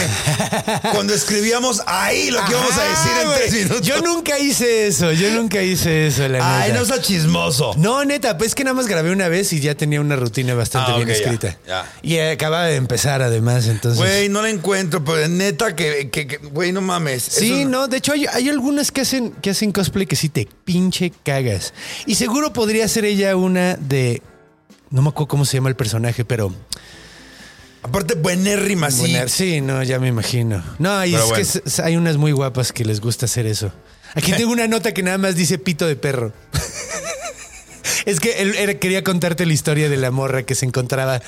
Cuando escribíamos ahí lo que íbamos a Ajá, decir en güey. tres minutos. Yo nunca hice eso, yo nunca hice eso, la Ay, neta. no sea chismoso. No, neta, pues que nada más grabé una vez y ya tenía una rutina bastante Ah, bien ok, ya, escrita. ya. Y acababa de empezar además, entonces. Güey, no la encuentro, pero neta que, que- que- güey, no mames. Sí, Eso- no, de hecho hay, hay algunas que hacen, que hacen cosplay que sí te pinche cagas. Y seguro podría ser ella una de... No me acuerdo cómo se llama el personaje, pero... Aparte, buenérrima, sí. Buenar- sí, no, ya me imagino. No, y Pero es bueno. que s- s- hay unas muy guapas que les gusta hacer eso. Aquí tengo una nota que nada más dice pito de perro. es que él, él quería contarte la historia de la morra que se encontraba.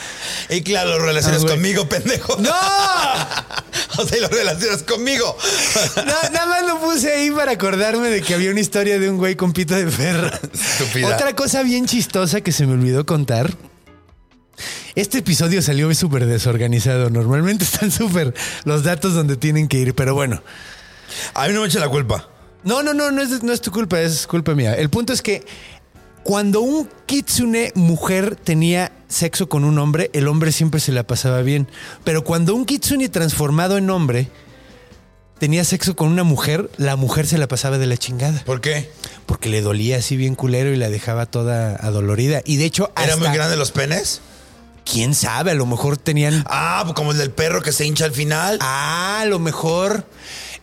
Y claro, lo relacionas Ah, güey. conmigo, pendejo. ¡No! o sea, y lo relacionas conmigo. No, nada más lo puse ahí para acordarme de que había una historia de un güey con pito de perro. Estúpida. Otra cosa bien chistosa que se me olvidó contar. Este episodio salió súper desorganizado. Normalmente están súper los datos donde tienen que ir, pero bueno. A mí no me echen la culpa. No, no, no, no es, no es tu culpa, es culpa mía. El punto es que cuando un kitsune mujer tenía sexo con un hombre, el hombre siempre se la pasaba bien. Pero cuando un kitsune transformado en hombre tenía sexo con una mujer, la mujer se la pasaba de la chingada. ¿Por qué? Porque le dolía así bien culero y la dejaba toda adolorida. Y de hecho, hasta, ¿Eran muy grandes los penes? quién sabe, a lo mejor tenían Ah, pues como el del perro que se hincha al final. Ah, a lo mejor.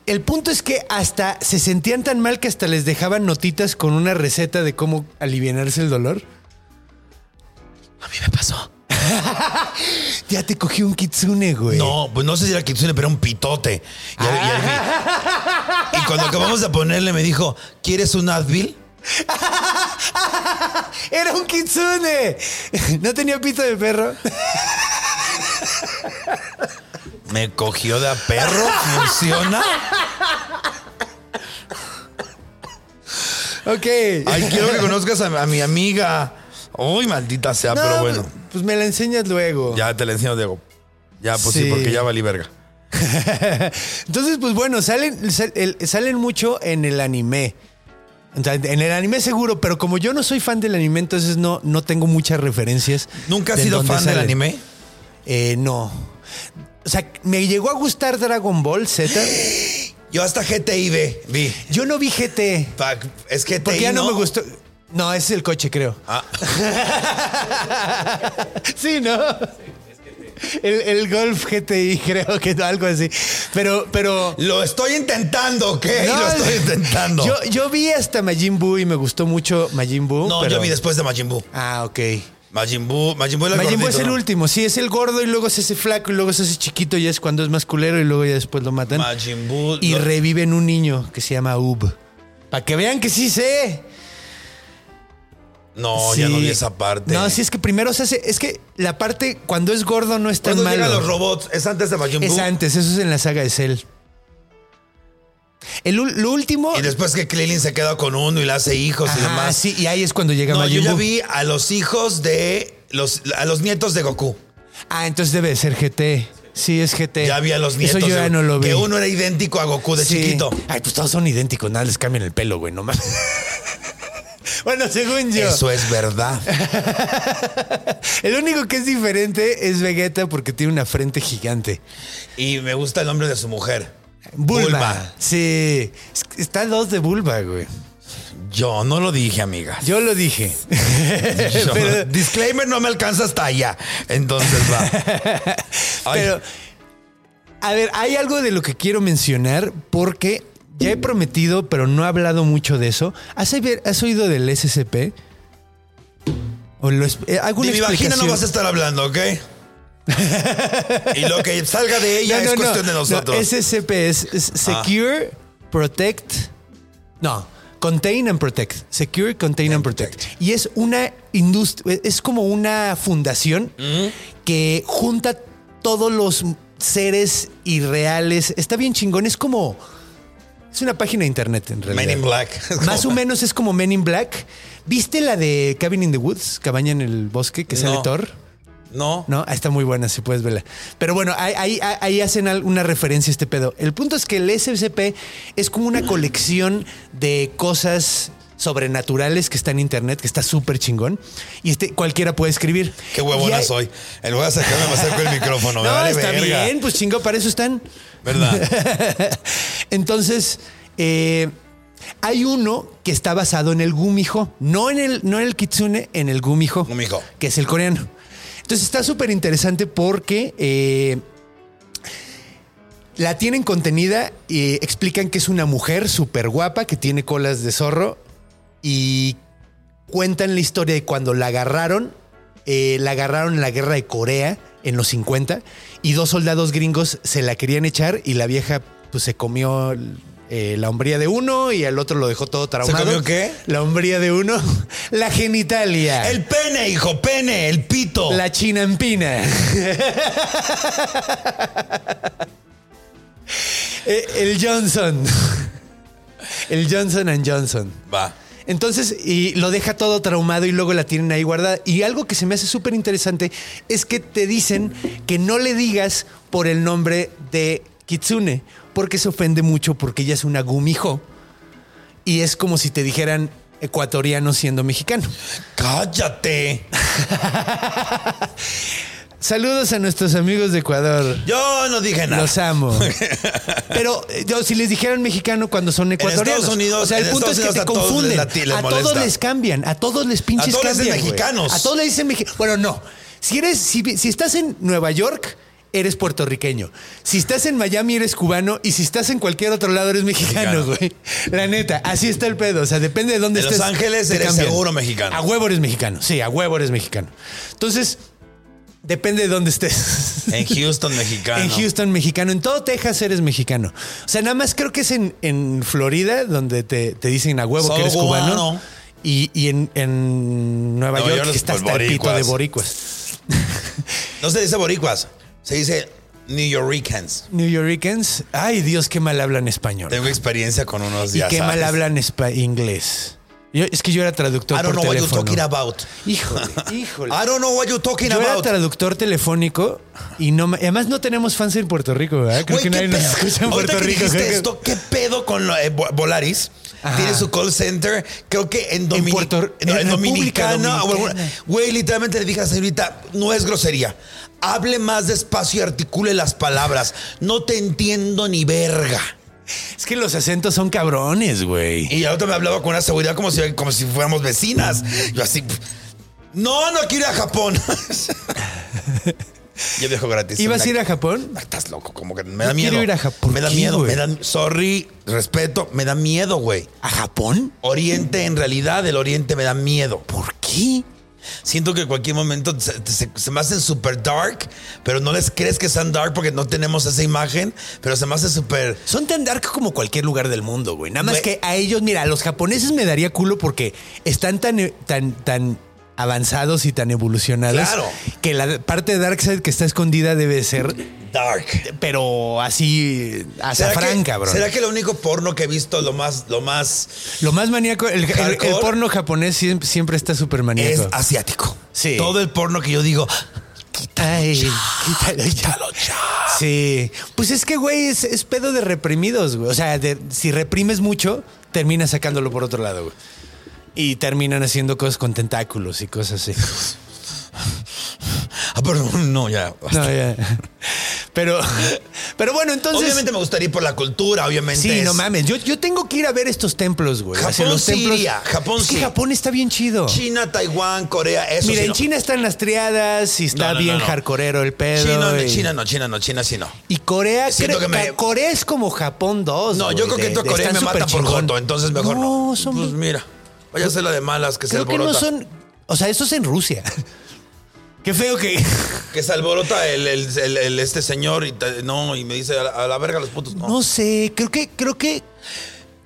El punto es que hasta se sentían tan mal que hasta les dejaban notitas con una receta de cómo alivianarse el dolor. A mí me pasó. ya te cogí un kitsune, güey. No, pues no sé si era Kitsune, pero era un pitote. Y, y- y- y cuando acabamos de ponerle, me dijo, ¿quieres un Advil? Era un kitsune. no tenía pito de perro. Me cogió de a perro, funciona. Ok. Ay, quiero que conozcas a, a mi amiga. Uy, maldita sea, No, pero pues- bueno. Pues me la enseñas luego. Ya te la enseño, Diego. Ya, pues sí, Sí. porque ya valí verga. Entonces, pues bueno, salen, sal- el- salen mucho en el anime. O sea, En el anime seguro, pero como yo no soy fan del anime, entonces no, no tengo muchas referencias. ¿Nunca has de sido dónde fan del salen. anime? Eh, no. O sea, me llegó a gustar Dragon Ball Z. Yo hasta GTI ve- vi. Yo no vi GT. Pa- Es que Porque ya no, me gustó. No, ese es el coche, creo. Ah. sí, ¿no? El, el Golf GTI, creo que algo así. Pero, pero. Lo estoy intentando, ¿ok? lo estoy intentando. Yo, yo vi hasta Majin Buu y me gustó mucho Majin Buu. no, pero- yo vi después de Majin Buu. Ah, ok. Majin Buu, Majin Buu era el Majin Buu gordito, es el ¿no? último. Sí, es el gordo y luego es ese flaco y luego es ese chiquito y es cuando es más culero y luego ya después lo matan. Majin Buu, Y lo- reviven un niño que se llama Ub. Para que vean que sí sé. No, Oh, ya no Sí. vi esa parte. No, sí es que primero se hace... Es que la parte cuando es gordo no está Cuando mal. llegan los robots, es antes de Majin Buu. Es antes, eso es en la saga de Cell. El, ul- lo último... Y después que Krillin se queda con uno y le hace hijos y Ajá, demás. sí, y ahí es cuando llega No, Majin yo ya Buu. vi a los hijos de los a los nietos de Goku. Ah, entonces debe de ser GT. Sí, es GT. Ya vi a los nietos. Eh, Eso yo de- ya no lo vi. Que uno era idéntico a Goku de Sí. chiquito. Ay, pues todos son idénticos, nada les cambian el pelo, güey, no mames. bueno, según yo. Eso es verdad. El único que es diferente es Vegeta porque tiene una frente gigante. Y me gusta el nombre de su mujer. Bulma. Sí. Es que Está dos de Bulma, güey. Yo no lo dije, amiga. Yo lo dije. Yo- pero, disclaimer, no me alcanza hasta allá. Entonces va. Ay, pero, a ver, hay algo de lo que quiero mencionar porque ya he prometido, pero no he hablado mucho de eso. ¿Has, oído- has oído del SCP? ¿O lo, es- eh, hago una de mi vagina no explicación. vas a estar hablando, ¿ok? Y lo que salga de ella es cuestión de nosotros. Ah. SCP es, es Secure, Protect. No, Contain and Protect. Secure, Contain and Protect. Y es una industria, es como una fundación que junta todos los seres irreales. Está bien chingón, es como. Es una página de internet en realidad. Men in Black. Más o menos es como Men in Black. ¿Viste la de Cabin in the Woods? Cabaña en el bosque que sale No. Thor. No. No, ah, está muy buena, si puedes verla. Pero bueno, ahí, ahí- ahí hacen al- una referencia a este pedo. El punto es que el SCP es como una colección de cosas sobrenaturales que está en internet, que está súper chingón. Y este, cualquiera puede escribir. Qué huevona Y hay- soy. El voy a sacarme más cerca el micrófono. Me no, vale está verga. bien, pues chingo, para eso están. ¿Verdad? Entonces, eh, hay uno que está basado en el gumijo, no en el, no en el kitsune, en el gumijo, Gumijo. que es el coreano. Entonces está súper interesante porque eh, la tienen contenida y explican que es una mujer súper guapa que tiene colas de zorro y cuentan la historia de cuando la agarraron. eh, la agarraron en la guerra de Corea en los 50 y dos soldados gringos se la querían echar y la vieja pues se comió eh, la hombría de uno y al otro lo dejó todo traumado. comió qué? La hombría de uno, la genitalia. El pene, hijo, pene, el pito. La chinampina. Eh, el Johnson. El Johnson and Johnson. Va. Entonces, y lo deja todo traumado y luego la tienen ahí guardada. Y algo que se me hace súper interesante es que te dicen que no le digas por el nombre de Kitsune, porque se ofende mucho porque ella es una gumijo. Y es como si te dijeran ecuatoriano siendo mexicano. Cállate. Saludos a nuestros amigos de Ecuador. Yo no dije nada. Los amo. Pero eh, yo, si les dijeran mexicano cuando son ecuatorianos. Estados Unidos- o sea, el en punto es que Estados te Unidos a todos confunden. les lati- les a todos molesta. les cambian, a todos les pinches A todos les dicen cambian, güey. mexicanos. A todos les dicen mexicanos. Bueno, no. Si eres, si, vi- si estás en Nueva York, eres puertorriqueño. Si estás en Miami, eres cubano. Y si estás en cualquier otro lado, eres mexicano, Mexicano. güey. La neta, así está el pedo. O sea, depende de dónde En Los estés. Ángeles te eres cambian. seguro mexicano. A huevo eres mexicano. Sí, a huevo eres mexicano. Entonces, depende de dónde estés. En Houston, mexicano. En Houston, mexicano. En todo Texas eres mexicano. O sea, nada más creo que es en, en Florida donde te, te dicen a huevo Soy que eres cubano. cubano. Y, y en, en Nueva Nueva York, York, que está pues, hasta el pito boricuas. de boricuas. No se dice boricuas. Se dice New Yorkans. New Yorkers, ay Dios, qué mal hablan español. Tengo experiencia con unos Y ya qué mal sabes. Ah, hablan espa- inglés. Yo- es que yo era traductor I don't por know what you're teléfono. talking about. Híjole, híjole. I don't know what you're talking Yo era about. traductor telefónico y no me- además no tenemos fans en Puerto Rico, ¿verdad? Creo que Güey, ¿qué nadie nos pedo? escucha en Ahorita Puerto que Rico. dijiste creo que- esto, ¿qué pedo con lo- eh, Vo- Volaris? Ajá. Tiene su call center, creo que en, Domini- Puerto- no, en en República Dominicana. o Dominicana. alguna- Güey, literalmente le dije a la señorita, no es grosería. Hable más despacio y articule las palabras. No te entiendo ni verga. Es que los acentos son cabrones, güey. Y la otra me hablaba con una seguridad como si, como si fuéramos vecinas. Yo así, no, no quiero ir a Japón. Yo viajo gratis. ¿Ibas a Una- ir a Japón? Ay, Estás loco, como que me da Yo miedo. quiero ir a Japón. Me da ¿Qué, miedo, güey? me da. Sorry, respeto, me da miedo, güey. ¿A Japón? Oriente, en realidad, el Oriente me da miedo. ¿Por qué? Siento que en cualquier momento se, se- se me hacen súper dark, pero no les crees que sean dark porque no tenemos esa imagen, pero se me hace súper. Son tan dark como cualquier lugar del mundo, güey. Nada más Güey. que a ellos, mira, a los japoneses me daría culo porque están tan, eh, tan, tan avanzados y tan evolucionados Claro. que la parte de Darkseid que está escondida debe ser, dark. pero así, hasta ¿Será que, franca, bro. ¿Será que el único porno que he visto, lo más, lo más, Lo más maníaco, el, el- el Hardcore. porno japonés siem- siempre, está súper es maníaco. asiático? Sí. Todo el porno que yo digo, Ay, quítalo ya. Sí. Pues es que, güey, es, es pedo de reprimidos, güey. O sea, de- si reprimes mucho, terminas sacándolo por otro lado, güey. Y terminan haciendo cosas con tentáculos y cosas así. ah, perdón, no, ya. No, ya. Pero, pero bueno, entonces. obviamente me gustaría ir por la cultura, obviamente. Sí, no es- mames. Yo, yo tengo que ir a ver estos templos, güey. Japón Hacia los sí templos. iría, Japón es que sí. Japón está bien chido. China, Taiwán, Corea, eso Mira, sí en no. China están las triadas y está No, no, bien no, no. hardcoreero el pedo. China, no, y- China no, China no, China sí no. Y Corea, Siento creo- que me- Ca- Corea es como Japón 2. No, yo creo que esto a Corea me mata por joto, entonces mejor no. No, son- Pues mira, vaya a ser la de malas que se creo que no alborota. son. O sea, eso es en Rusia. Qué feo que. Que se alborota el, el- el- el- este señor y te- no, y me dice a la, a la verga los putos. No, No sé, creo que, creo que.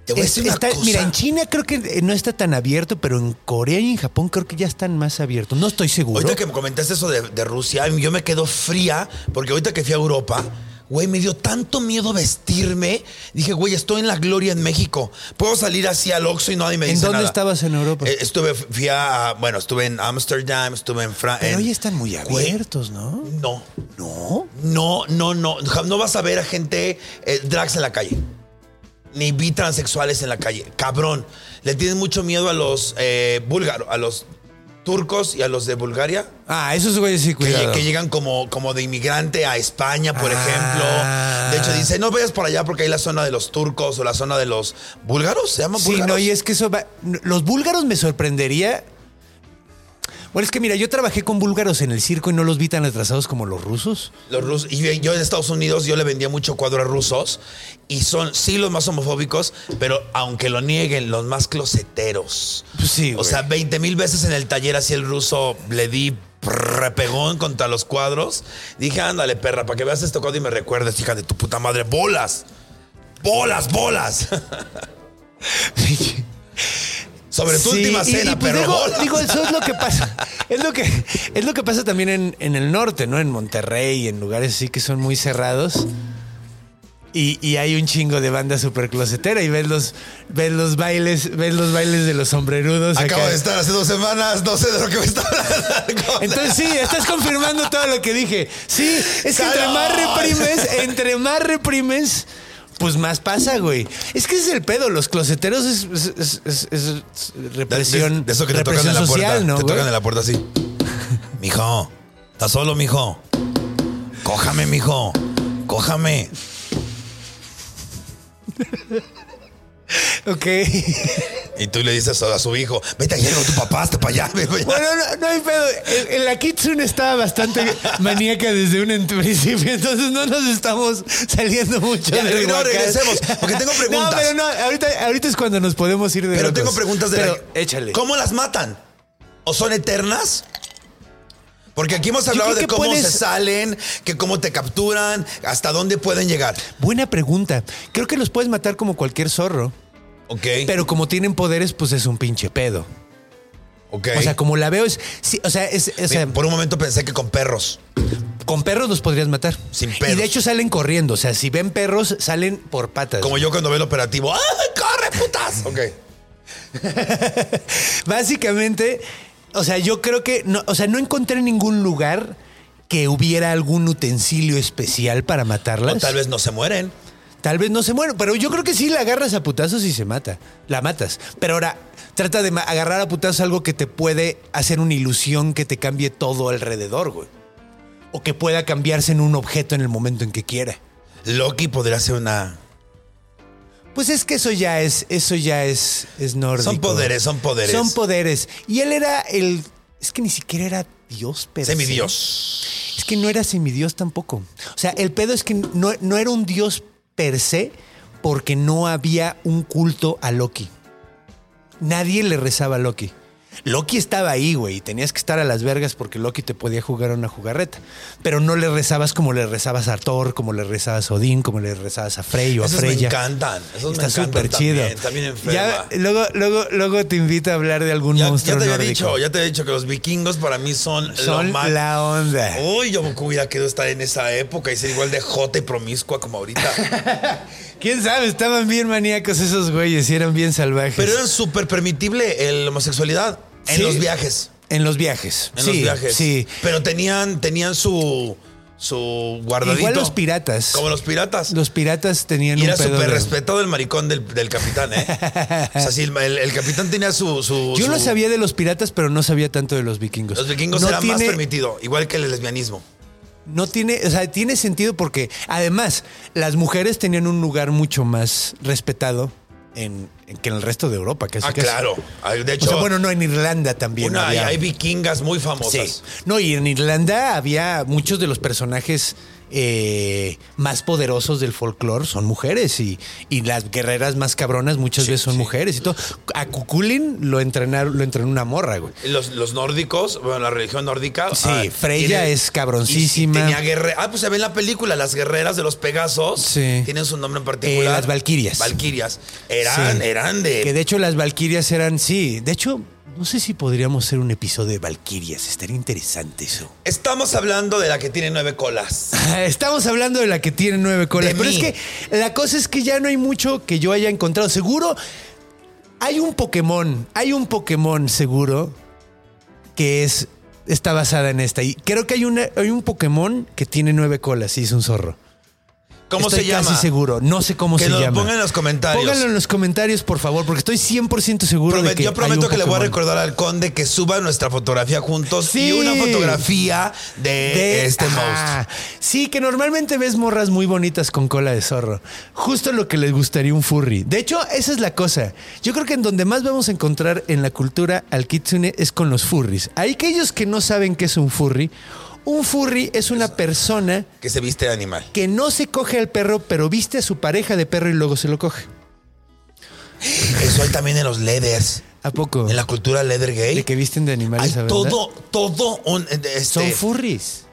te voy a es- decir una está- cosa. Mira, en China creo que eh, no está tan abierto, pero en Corea y en Japón creo que ya están más abiertos. No estoy seguro. Ahorita que me comentaste eso de, de Rusia, yo me quedo fría porque ahorita que fui a Europa, güey, me dio tanto miedo vestirme. Dije, güey, estoy en la gloria en México. Puedo salir así al Oxxo y nadie me ¿En dice dónde nada. estabas en Europa? Eh, estuve, fui a, bueno, estuve en Ámsterdam, estuve en Francia. pero hoy están muy abiertos, ¿no? No, No. no, no, no. Ja- No vas a ver a gente eh, drags en la calle. Ni vi transexuales en la calle. Cabrón. Le tienen mucho miedo a los eh, búlgaros, a los turcos y a los de Bulgaria. Ah, esos güeyes sí, Que, cuidado. que llegan como, como de inmigrante a España, por Ah. ejemplo. De hecho, dice, no vayas por allá porque hay la zona de los turcos o la zona de los búlgaros. ¿Se llama Sí, búlgaros? no, y es que eso va. Los búlgaros me sorprendería. Bueno, es que mira, yo trabajé con búlgaros en el circo y no los vi tan atrasados como los rusos. Los rusos, y yo en Estados Unidos, yo le vendía mucho cuadro a rusos y son sí los más homofóbicos, pero aunque lo nieguen, los más closeteros. Pues sí, O güey. sea, 20 mil veces en el taller así el ruso le di repegón contra los cuadros. Dije, ándale, perra, para que veas este cuadro y me recuerdes, hija de tu puta madre, bolas. Bolas, bolas. Sobre tu Sí, última y- y cena, pues pero digo, bolas. digo, eso es lo que pasa. Es lo que, es lo que pasa también en, en el norte, ¿no? En Monterrey, en lugares así que son muy cerrados. Y, y hay un chingo de banda super closetera y ves los, ves los bailes, ves los bailes de los sombrerudos. Acabo acá. de estar hace dos semanas, no sé de lo que me está hablando. Entonces sí, estás confirmando todo lo que dije. Sí, es que entre ¡Salud! más reprimes, entre más reprimes, pues más pasa, güey. Es que ese es el pedo, los closeteros es, es- es- es- es represión, De eso que te tocan represión en la social, puerta. ¿no? te güey? tocan en la puerta así. Mijo, ¿estás solo, mijo? Cójame, mijo. Cójame. Ok. Y tú le dices a su hijo, vete allá con tu papá, hasta para allá. vete para allá". Bueno, no, no hay pedo. El- el- La Kitsune estaba bastante maníaca desde un ent- principio, entonces no nos estamos saliendo mucho Ya, del no, huacán. regresemos, porque tengo preguntas. No, pero no, ahorita, ahorita es cuando nos podemos ir de Pero locos. tengo preguntas de la- Pero échale. ¿Cómo las matan? ¿O son eternas? Porque aquí hemos Yo hablado creo de que cómo puedes- se salen, que cómo te capturan, hasta dónde pueden llegar. Buena pregunta. Creo que los puedes matar como cualquier zorro, Ok. pero como tienen poderes, pues es un pinche pedo. ok. O sea, como la veo es, sí, o sea, es, o sea, Por un momento pensé que con perros. con perros los podrías matar. Sin Y pedos. de hecho salen corriendo, o sea, si ven perros salen por patas. Como yo cuando veo el operativo. ¡Ah, corre, putas! Ok. Básicamente, o sea, yo creo que no, o sea, no encontré ningún lugar que hubiera algún utensilio especial para matarlas. O tal vez no se mueren. Tal vez no se mueren, pero yo creo que sí la agarras a putazos y se mata. La matas. Pero ahora, trata de ma- agarrar a putazos algo que te puede hacer una ilusión que te cambie todo alrededor, güey. O que pueda cambiarse en un objeto en el momento en que quiera. Loki podría ser una. Pues es que eso ya es, eso ya es, es nórdico. Son poderes, son poderes. Son poderes. Y él era el. Es que ni siquiera era Dios, pero. Semidios. Es que no era semidios tampoco. O sea, el pedo es que no, no era un dios per se porque no había un culto a Loki. Nadie le rezaba a Loki. Loki estaba ahí, güey, y tenías que estar a las vergas porque Loki te podía jugar una jugarreta. Pero no le rezabas como le rezabas a Thor, como le rezabas a Odín, como le rezabas a Frey o a Esos me Freya. encantan. Esos me Está encantan súper chido. también. También enferma. ya, luego, luego, luego te invito a hablar de algún Ya, ya te monstruo había nórdico. dicho, ya te había dicho que los vikingos para mí son, Son lo Oh, más. la onda. Uy, yo me hubiera querido estar en esa época y ser igual de jota y promiscua como ahorita. ¿Quién sabe? Estaban bien maníacos esos güeyes y eran bien salvajes. Pero era súper permitible el- la homosexualidad en Sí. los viajes. en los viajes. En sí, los viajes. Sí. Pero tenían, tenían su, su guardadito. Igual los piratas. Como los piratas. Los piratas tenían Y un era pedo súper de- respetado el maricón del, del capitán, ¿eh? o sea, sí, el, el- el capitán tenía su. su- Yo su- lo sabía de los piratas, pero no sabía tanto de los vikingos. Los vikingos no era más tiene- permitido, igual que el lesbianismo. No tiene, o sea, tiene sentido porque además las mujeres tenían un lugar mucho más respetado en, que en el resto de Europa. Casi, Ah, casi. claro. Hay- De O hecho, sea, bueno, no, en Irlanda también. una- había- hay vikingas muy famosas. Sí. No, y en Irlanda había muchos de los personajes eh, más poderosos del folclore son mujeres y, y las guerreras más cabronas muchas veces son mujeres y todo. A Cuculin lo entrenaron, lo entrenó una morra, güey. Los, los nórdicos, bueno, la religión nórdica. ah, Sí, Freya es cabroncísima. y- y tenía guerre- Ah, pues se ve en la película, las guerreras de los Pegasos. Sí. Tienen su nombre en particular. Eh, las valquirias. Valquirias. Eran, Sí. eran de. Que de hecho las Valquirias eran, sí, de hecho, no sé si podríamos hacer un episodio de Valquirias, estaría interesante eso. Estamos hablando de la que tiene nueve colas. Estamos hablando de la que tiene nueve colas, De pero mí. es que la cosa es que ya no hay mucho que yo haya encontrado. Seguro hay un Pokémon, hay un Pokémon seguro que es está basada en esta y creo que hay una hay un Pokémon que tiene nueve colas y es un zorro. ¿Cómo estoy se llama? Casi seguro, no sé cómo Que se nos lo llama. pongan en los comentarios. Pónganlo en los comentarios, por favor, porque estoy 100% seguro Promet- de que yo prometo hay que un le voy a Pokémon. recordar al conde que suba nuestra fotografía juntos Sí. y una fotografía de, de- este Ajá. Sí, que normalmente ves morras muy bonitas con cola de zorro. Justo lo que les gustaría un furry. De hecho, esa es la cosa. Yo creo que en donde más vamos a encontrar en la cultura al kitsune es con los furries. Hay aquellos que no saben qué es un furry. Un furry es una persona most que se viste de animal. que no se coge al perro, pero viste a su pareja de perro y luego se lo coge. Eso hay también en los leathers. ¿A poco? En la cultura leather gay. De que visten de Hay animales. ¿verdad? todo, todo un. eh, este, Son furries.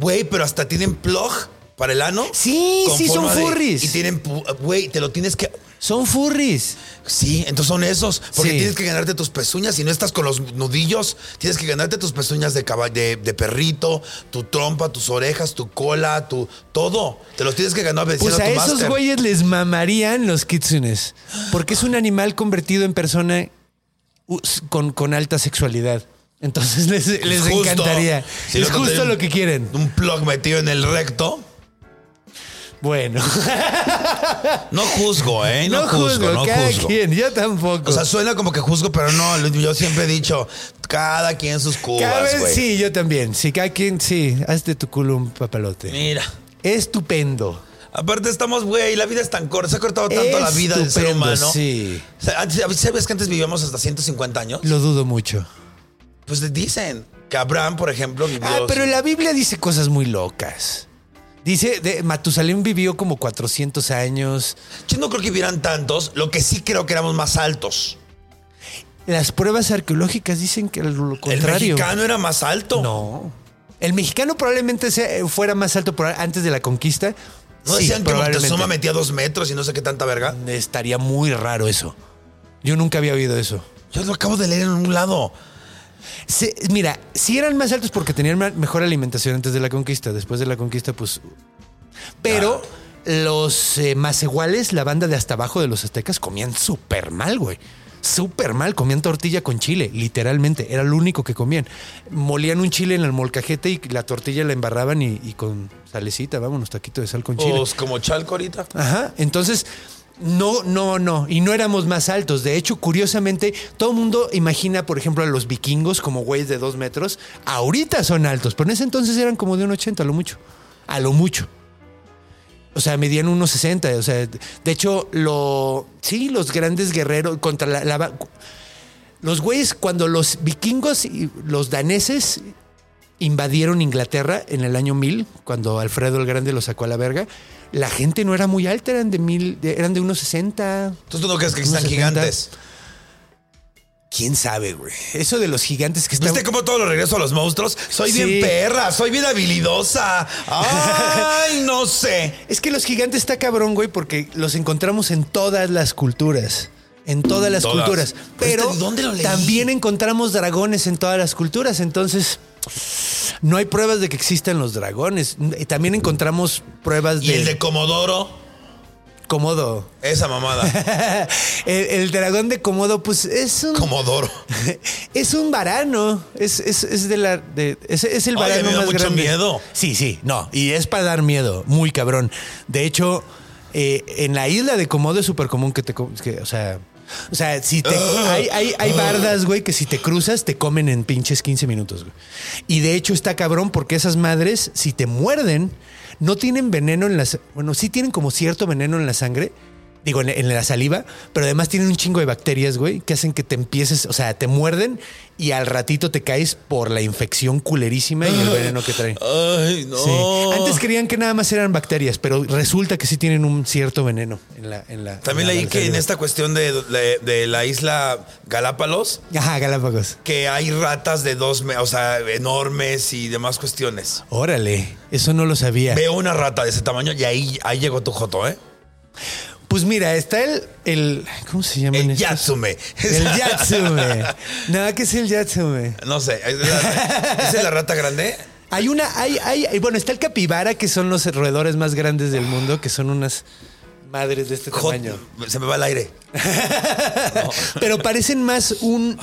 Güey, pero hasta tienen plug para el ano. Sí, con sí, son forma de- furries. y tienen. pu- Güey, te lo tienes que. Son furries. Sí, entonces son esos. Porque Sí. tienes que ganarte tus pezuñas. Si no estás con los nudillos, tienes que ganarte tus pezuñas de, caba- de, de perrito, tu trompa, tus orejas, tu cola, tu. Todo. Te los tienes que ganar Pues venciendo a tu esos máster. güeyes les mamarían los kitsunes. Porque es un animal convertido en persona uh, s- con, con alta sexualidad. Entonces les, les Justo. encantaría. Si es no, no te- justo lo que quieren. Un plug metido en el recto. Bueno, No juzgo, ¿eh? No, no, juzgo, no cada juzgo. quien, yo tampoco. O sea, suena como que juzgo, pero no, lo- yo siempre he dicho, cada quien sus cada cubas, vez güey. sí, yo también. Sí, cada quien, sí, haz de tu culo un papalote. Mira. Estupendo. Aparte estamos, güey, la vida es tan corta, se ha cortado tanto la vida del ser Estupendo, humano. sí. O sea, antes- ¿Sabes que antes vivíamos hasta 150 años? Lo dudo mucho. Pues les dicen que Abraham, por ejemplo, vivió... Ah, pero la Biblia dice cosas muy locas. Dice, de, Matusalén vivió como 400 años. Yo no creo que vivieran tantos, lo que sí creo que éramos más altos. Las pruebas arqueológicas dicen que lo El contrario. mexicano era más alto. no. El mexicano probablemente sea- fuera más alto por- antes de la conquista. ¿No Sí, decían que probablemente. Moctezuma metía dos metros y no sé qué tanta verga? Estaría muy raro eso. Yo nunca había oído eso. Yo lo acabo de leer en un lado. Se- mira, si eran más altos porque tenían ma- mejor alimentación antes de la conquista. Después de la conquista, pues. Pero los eh, más iguales, la banda de hasta abajo de los aztecas, comían súper mal, güey. Súper mal. Comían tortilla con chile, literalmente. Era lo único que comían. Molían un chile en el molcajete y la tortilla la embarraban y, y con salecita, vámonos, taquito de sal con chile. Pues como Chalco ahorita. Ajá. Entonces, no, no, no. Y no éramos más altos. De hecho, curiosamente, todo el mundo imagina, por ejemplo, a los vikingos como güeyes de dos metros. Ahorita son altos, pero en ese entonces eran como de un 80 a lo mucho. A lo mucho. O sea, medían unos 60. O sea, de hecho, lo. Sí, los grandes guerreros contra la. la- los güeyes, cuando los vikingos y los daneses invadieron Inglaterra en el año 1000, cuando Alfredo el Grande lo sacó a la verga, la gente no era muy alta, eran de mil, de- eran de unos 60. ¿Tú no crees que Unos están 70. gigantes? ¿Quién sabe, güey? Eso de los gigantes que están... ¿Viste cómo todo lo regreso a los monstruos? Soy Sí. bien perra, soy bien habilidosa. Ay, no sé. Es que los gigantes está cabrón, güey, porque los encontramos en todas las culturas. En todas las Todas. culturas. Pero Este, ¿dónde lo leí? también encontramos dragones en todas las culturas. Entonces, no hay pruebas de que existan los dragones. Y También encontramos pruebas Y de, el de Comodoro, Comodo. esa mamada. el, el dragón de Comodo, pues es un. Comodoro. Es un varano. Es, es, es de la. de- es, es el Ay, varano me da más mucho grande. miedo. Sí, sí, no. Y es para dar miedo, muy cabrón. De hecho, eh, en la isla de Comodo es súper común que te. com- que, o sea. O sea, si te, hay, hay, Ah. hay bardas, güey, que si te cruzas te comen en pinches 15 minutos, güey. Y de hecho está cabrón porque esas madres, si te muerden, no tienen veneno en las... Bueno, sí tienen como cierto veneno en la sangre, digo, en, en la saliva, pero además tienen un chingo de bacterias, güey, que hacen que te empieces, o sea, te muerden y al ratito te caes por la infección culerísima y el Ah. veneno que traen. Ay, no. Sí. Antes creían que nada más eran bacterias, pero resulta que sí tienen un cierto veneno en la. En la También en la leí que en saliva. esta cuestión de, de- de la isla Galápagos, Ajá, Galápagos. que hay ratas de dos, me- o sea, enormes y demás cuestiones. Órale, eso no lo sabía. Veo una rata de ese tamaño y ahí, ahí llegó tu joto, ¿eh? Pues mira, está el. el ¿Cómo se llaman El estos? Yatsume. El Yatsume. Nada, ¿qué es el Yatsume? No sé. ¿Esa es la- esa es la rata grande? Hay una, hay, hay, hay- bueno, está el capibara, que son los roedores más grandes del mundo, que son unas madres de este Jo- tamaño. se me va el aire. Pero parecen más un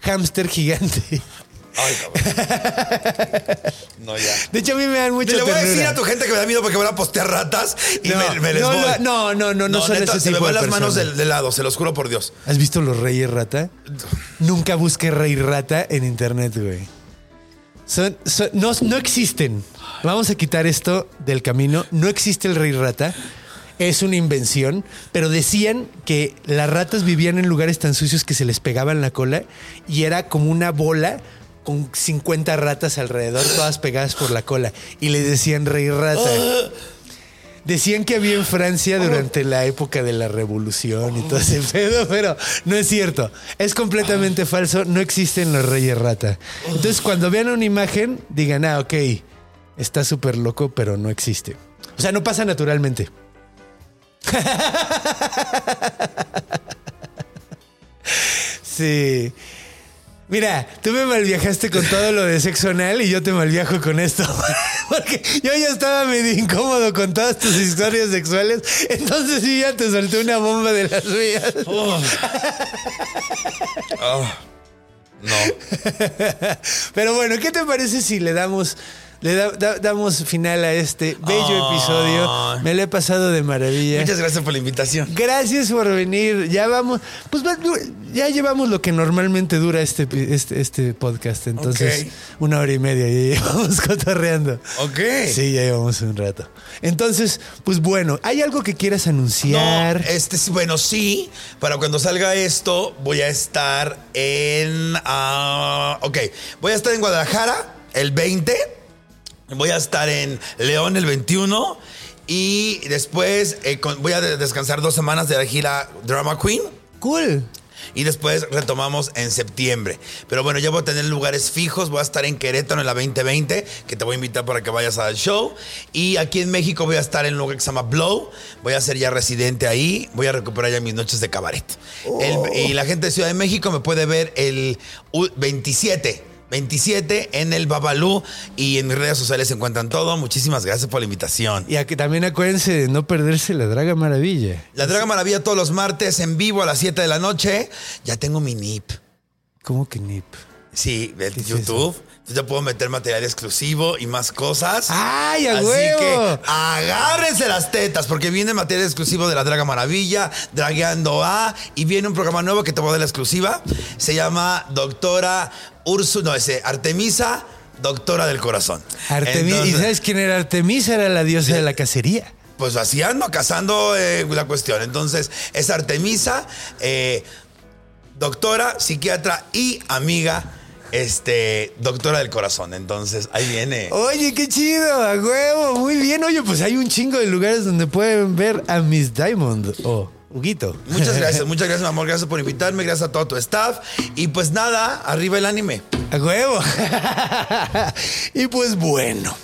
hámster gigante. Ay, cabrón. No, ya. De hecho, a mí me dan mucho Le voy a decir ternura. a tu gente que me da miedo porque van a postear ratas y No, me, me les no, voy. no, no, no, no, no son ese se me tipo van de las manos personas. del de lado, se los juro por Dios. ¿Has visto los reyes rata? Nunca busques rey rata en internet, güey. Son, son- no, no existen. Vamos a quitar esto del camino. No existe el rey rata. Es una invención. Pero decían que las ratas vivían en lugares tan sucios que se les pegaban la cola y era como una bola con 50 ratas alrededor, todas pegadas por la cola. Y les decían rey rata. Decían que había en Francia durante la época de la revolución y todo ese pedo, pero no es cierto. Es completamente falso. No existen los reyes rata. Entonces, cuando vean una imagen, digan, ah, ok, está súper loco, pero no existe. O sea, no pasa naturalmente. Sí. Mira, tú me malviajaste con todo lo de sexo anal y yo te malviajo con esto. Porque yo ya estaba medio incómodo con todas tus historias sexuales. Entonces sí, ya te solté una bomba de las mías. Ah, no. Pero bueno, ¿qué te parece si le damos... Le da- da- damos final a este bello episodio. Me lo he pasado de maravilla. Muchas gracias por la invitación. Gracias por venir. Ya vamos. Pues va- ya llevamos lo que normalmente dura este, pi- este, este podcast. Entonces, Ok. una hora y media ya llevamos cotorreando. Ok. Sí, ya llevamos un rato. Entonces, pues bueno, ¿hay algo que quieras anunciar? No, este sí, bueno, sí. Para cuando salga esto, voy a estar en. ah, ok. Voy a estar en Guadalajara el 20. Voy a estar en León el 21. Y después eh, con- voy a de- descansar dos semanas de la gira Drama Queen. Cool. Y después retomamos en septiembre. Pero bueno, ya voy a tener lugares fijos. Voy a estar en Querétaro en la 2020, que te voy a invitar para que vayas al show. Y aquí en México voy a estar en un lugar que se llama Blow. Voy a ser ya residente ahí. Voy a recuperar ya mis noches de cabaret. El- y la gente de Ciudad de México me puede ver el u- 27. 27 en el Babalú y en mis redes sociales se encuentran todo. Muchísimas gracias por la invitación. Y aquí también acuérdense de no perderse la Draga Maravilla. La Draga Maravilla todos los martes en vivo a las 7 de la noche. Ya tengo mi NIP. ¿Cómo que nip? Sí, de ¿Qué es YouTube. Entonces ya puedo meter material exclusivo y más cosas. ¡Ay, a Así huevo! que agárrense las tetas, porque viene material exclusivo de la Draga Maravilla, Dragueando A, y viene un programa nuevo que te voy a dar la exclusiva. Se llama Doctora Úrsula, no, ese, Artemisa, Doctora del Corazón. Artemi- ¿Y Entonces, sabes quién era Artemisa? Era la diosa de la cacería. Pues así ando, cazando eh, la cuestión. Entonces, es Artemisa, eh, doctora, psiquiatra y amiga, este, doctora del corazón. Entonces, ahí viene. Oye, qué chido, a huevo, muy bien. Oye, pues hay un chingo de lugares donde pueden ver a Miss Diamond o Huguito. Muchas gracias, muchas gracias, mi amor. Gracias por invitarme, gracias a todo tu staff. Y pues nada, arriba el anime. A huevo. y pues bueno.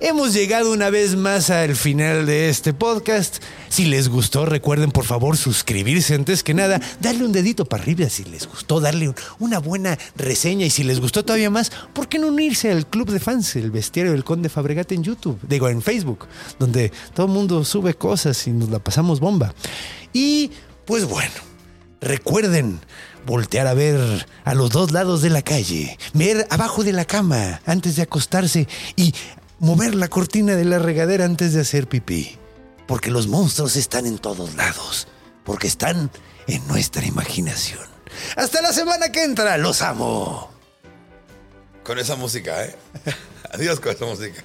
Hemos llegado una vez más al final de este podcast. Si les gustó, recuerden por favor suscribirse antes que nada, darle un dedito para arriba si les gustó, darle un- una buena reseña y si les gustó todavía más, ¿por qué no unirse al club de fans, el bestiario del conde Fabregat en YouTube? Digo, en Facebook, donde todo el mundo sube cosas y nos la pasamos bomba. Y pues bueno. Recuerden voltear a ver a los dos lados de la calle, ver abajo de la cama antes de acostarse y mover la cortina de la regadera antes de hacer pipí. Porque los monstruos están en todos lados, porque están en nuestra imaginación. Hasta la semana que entra, los amo. Con esa música, ¿eh? Adiós con esa música.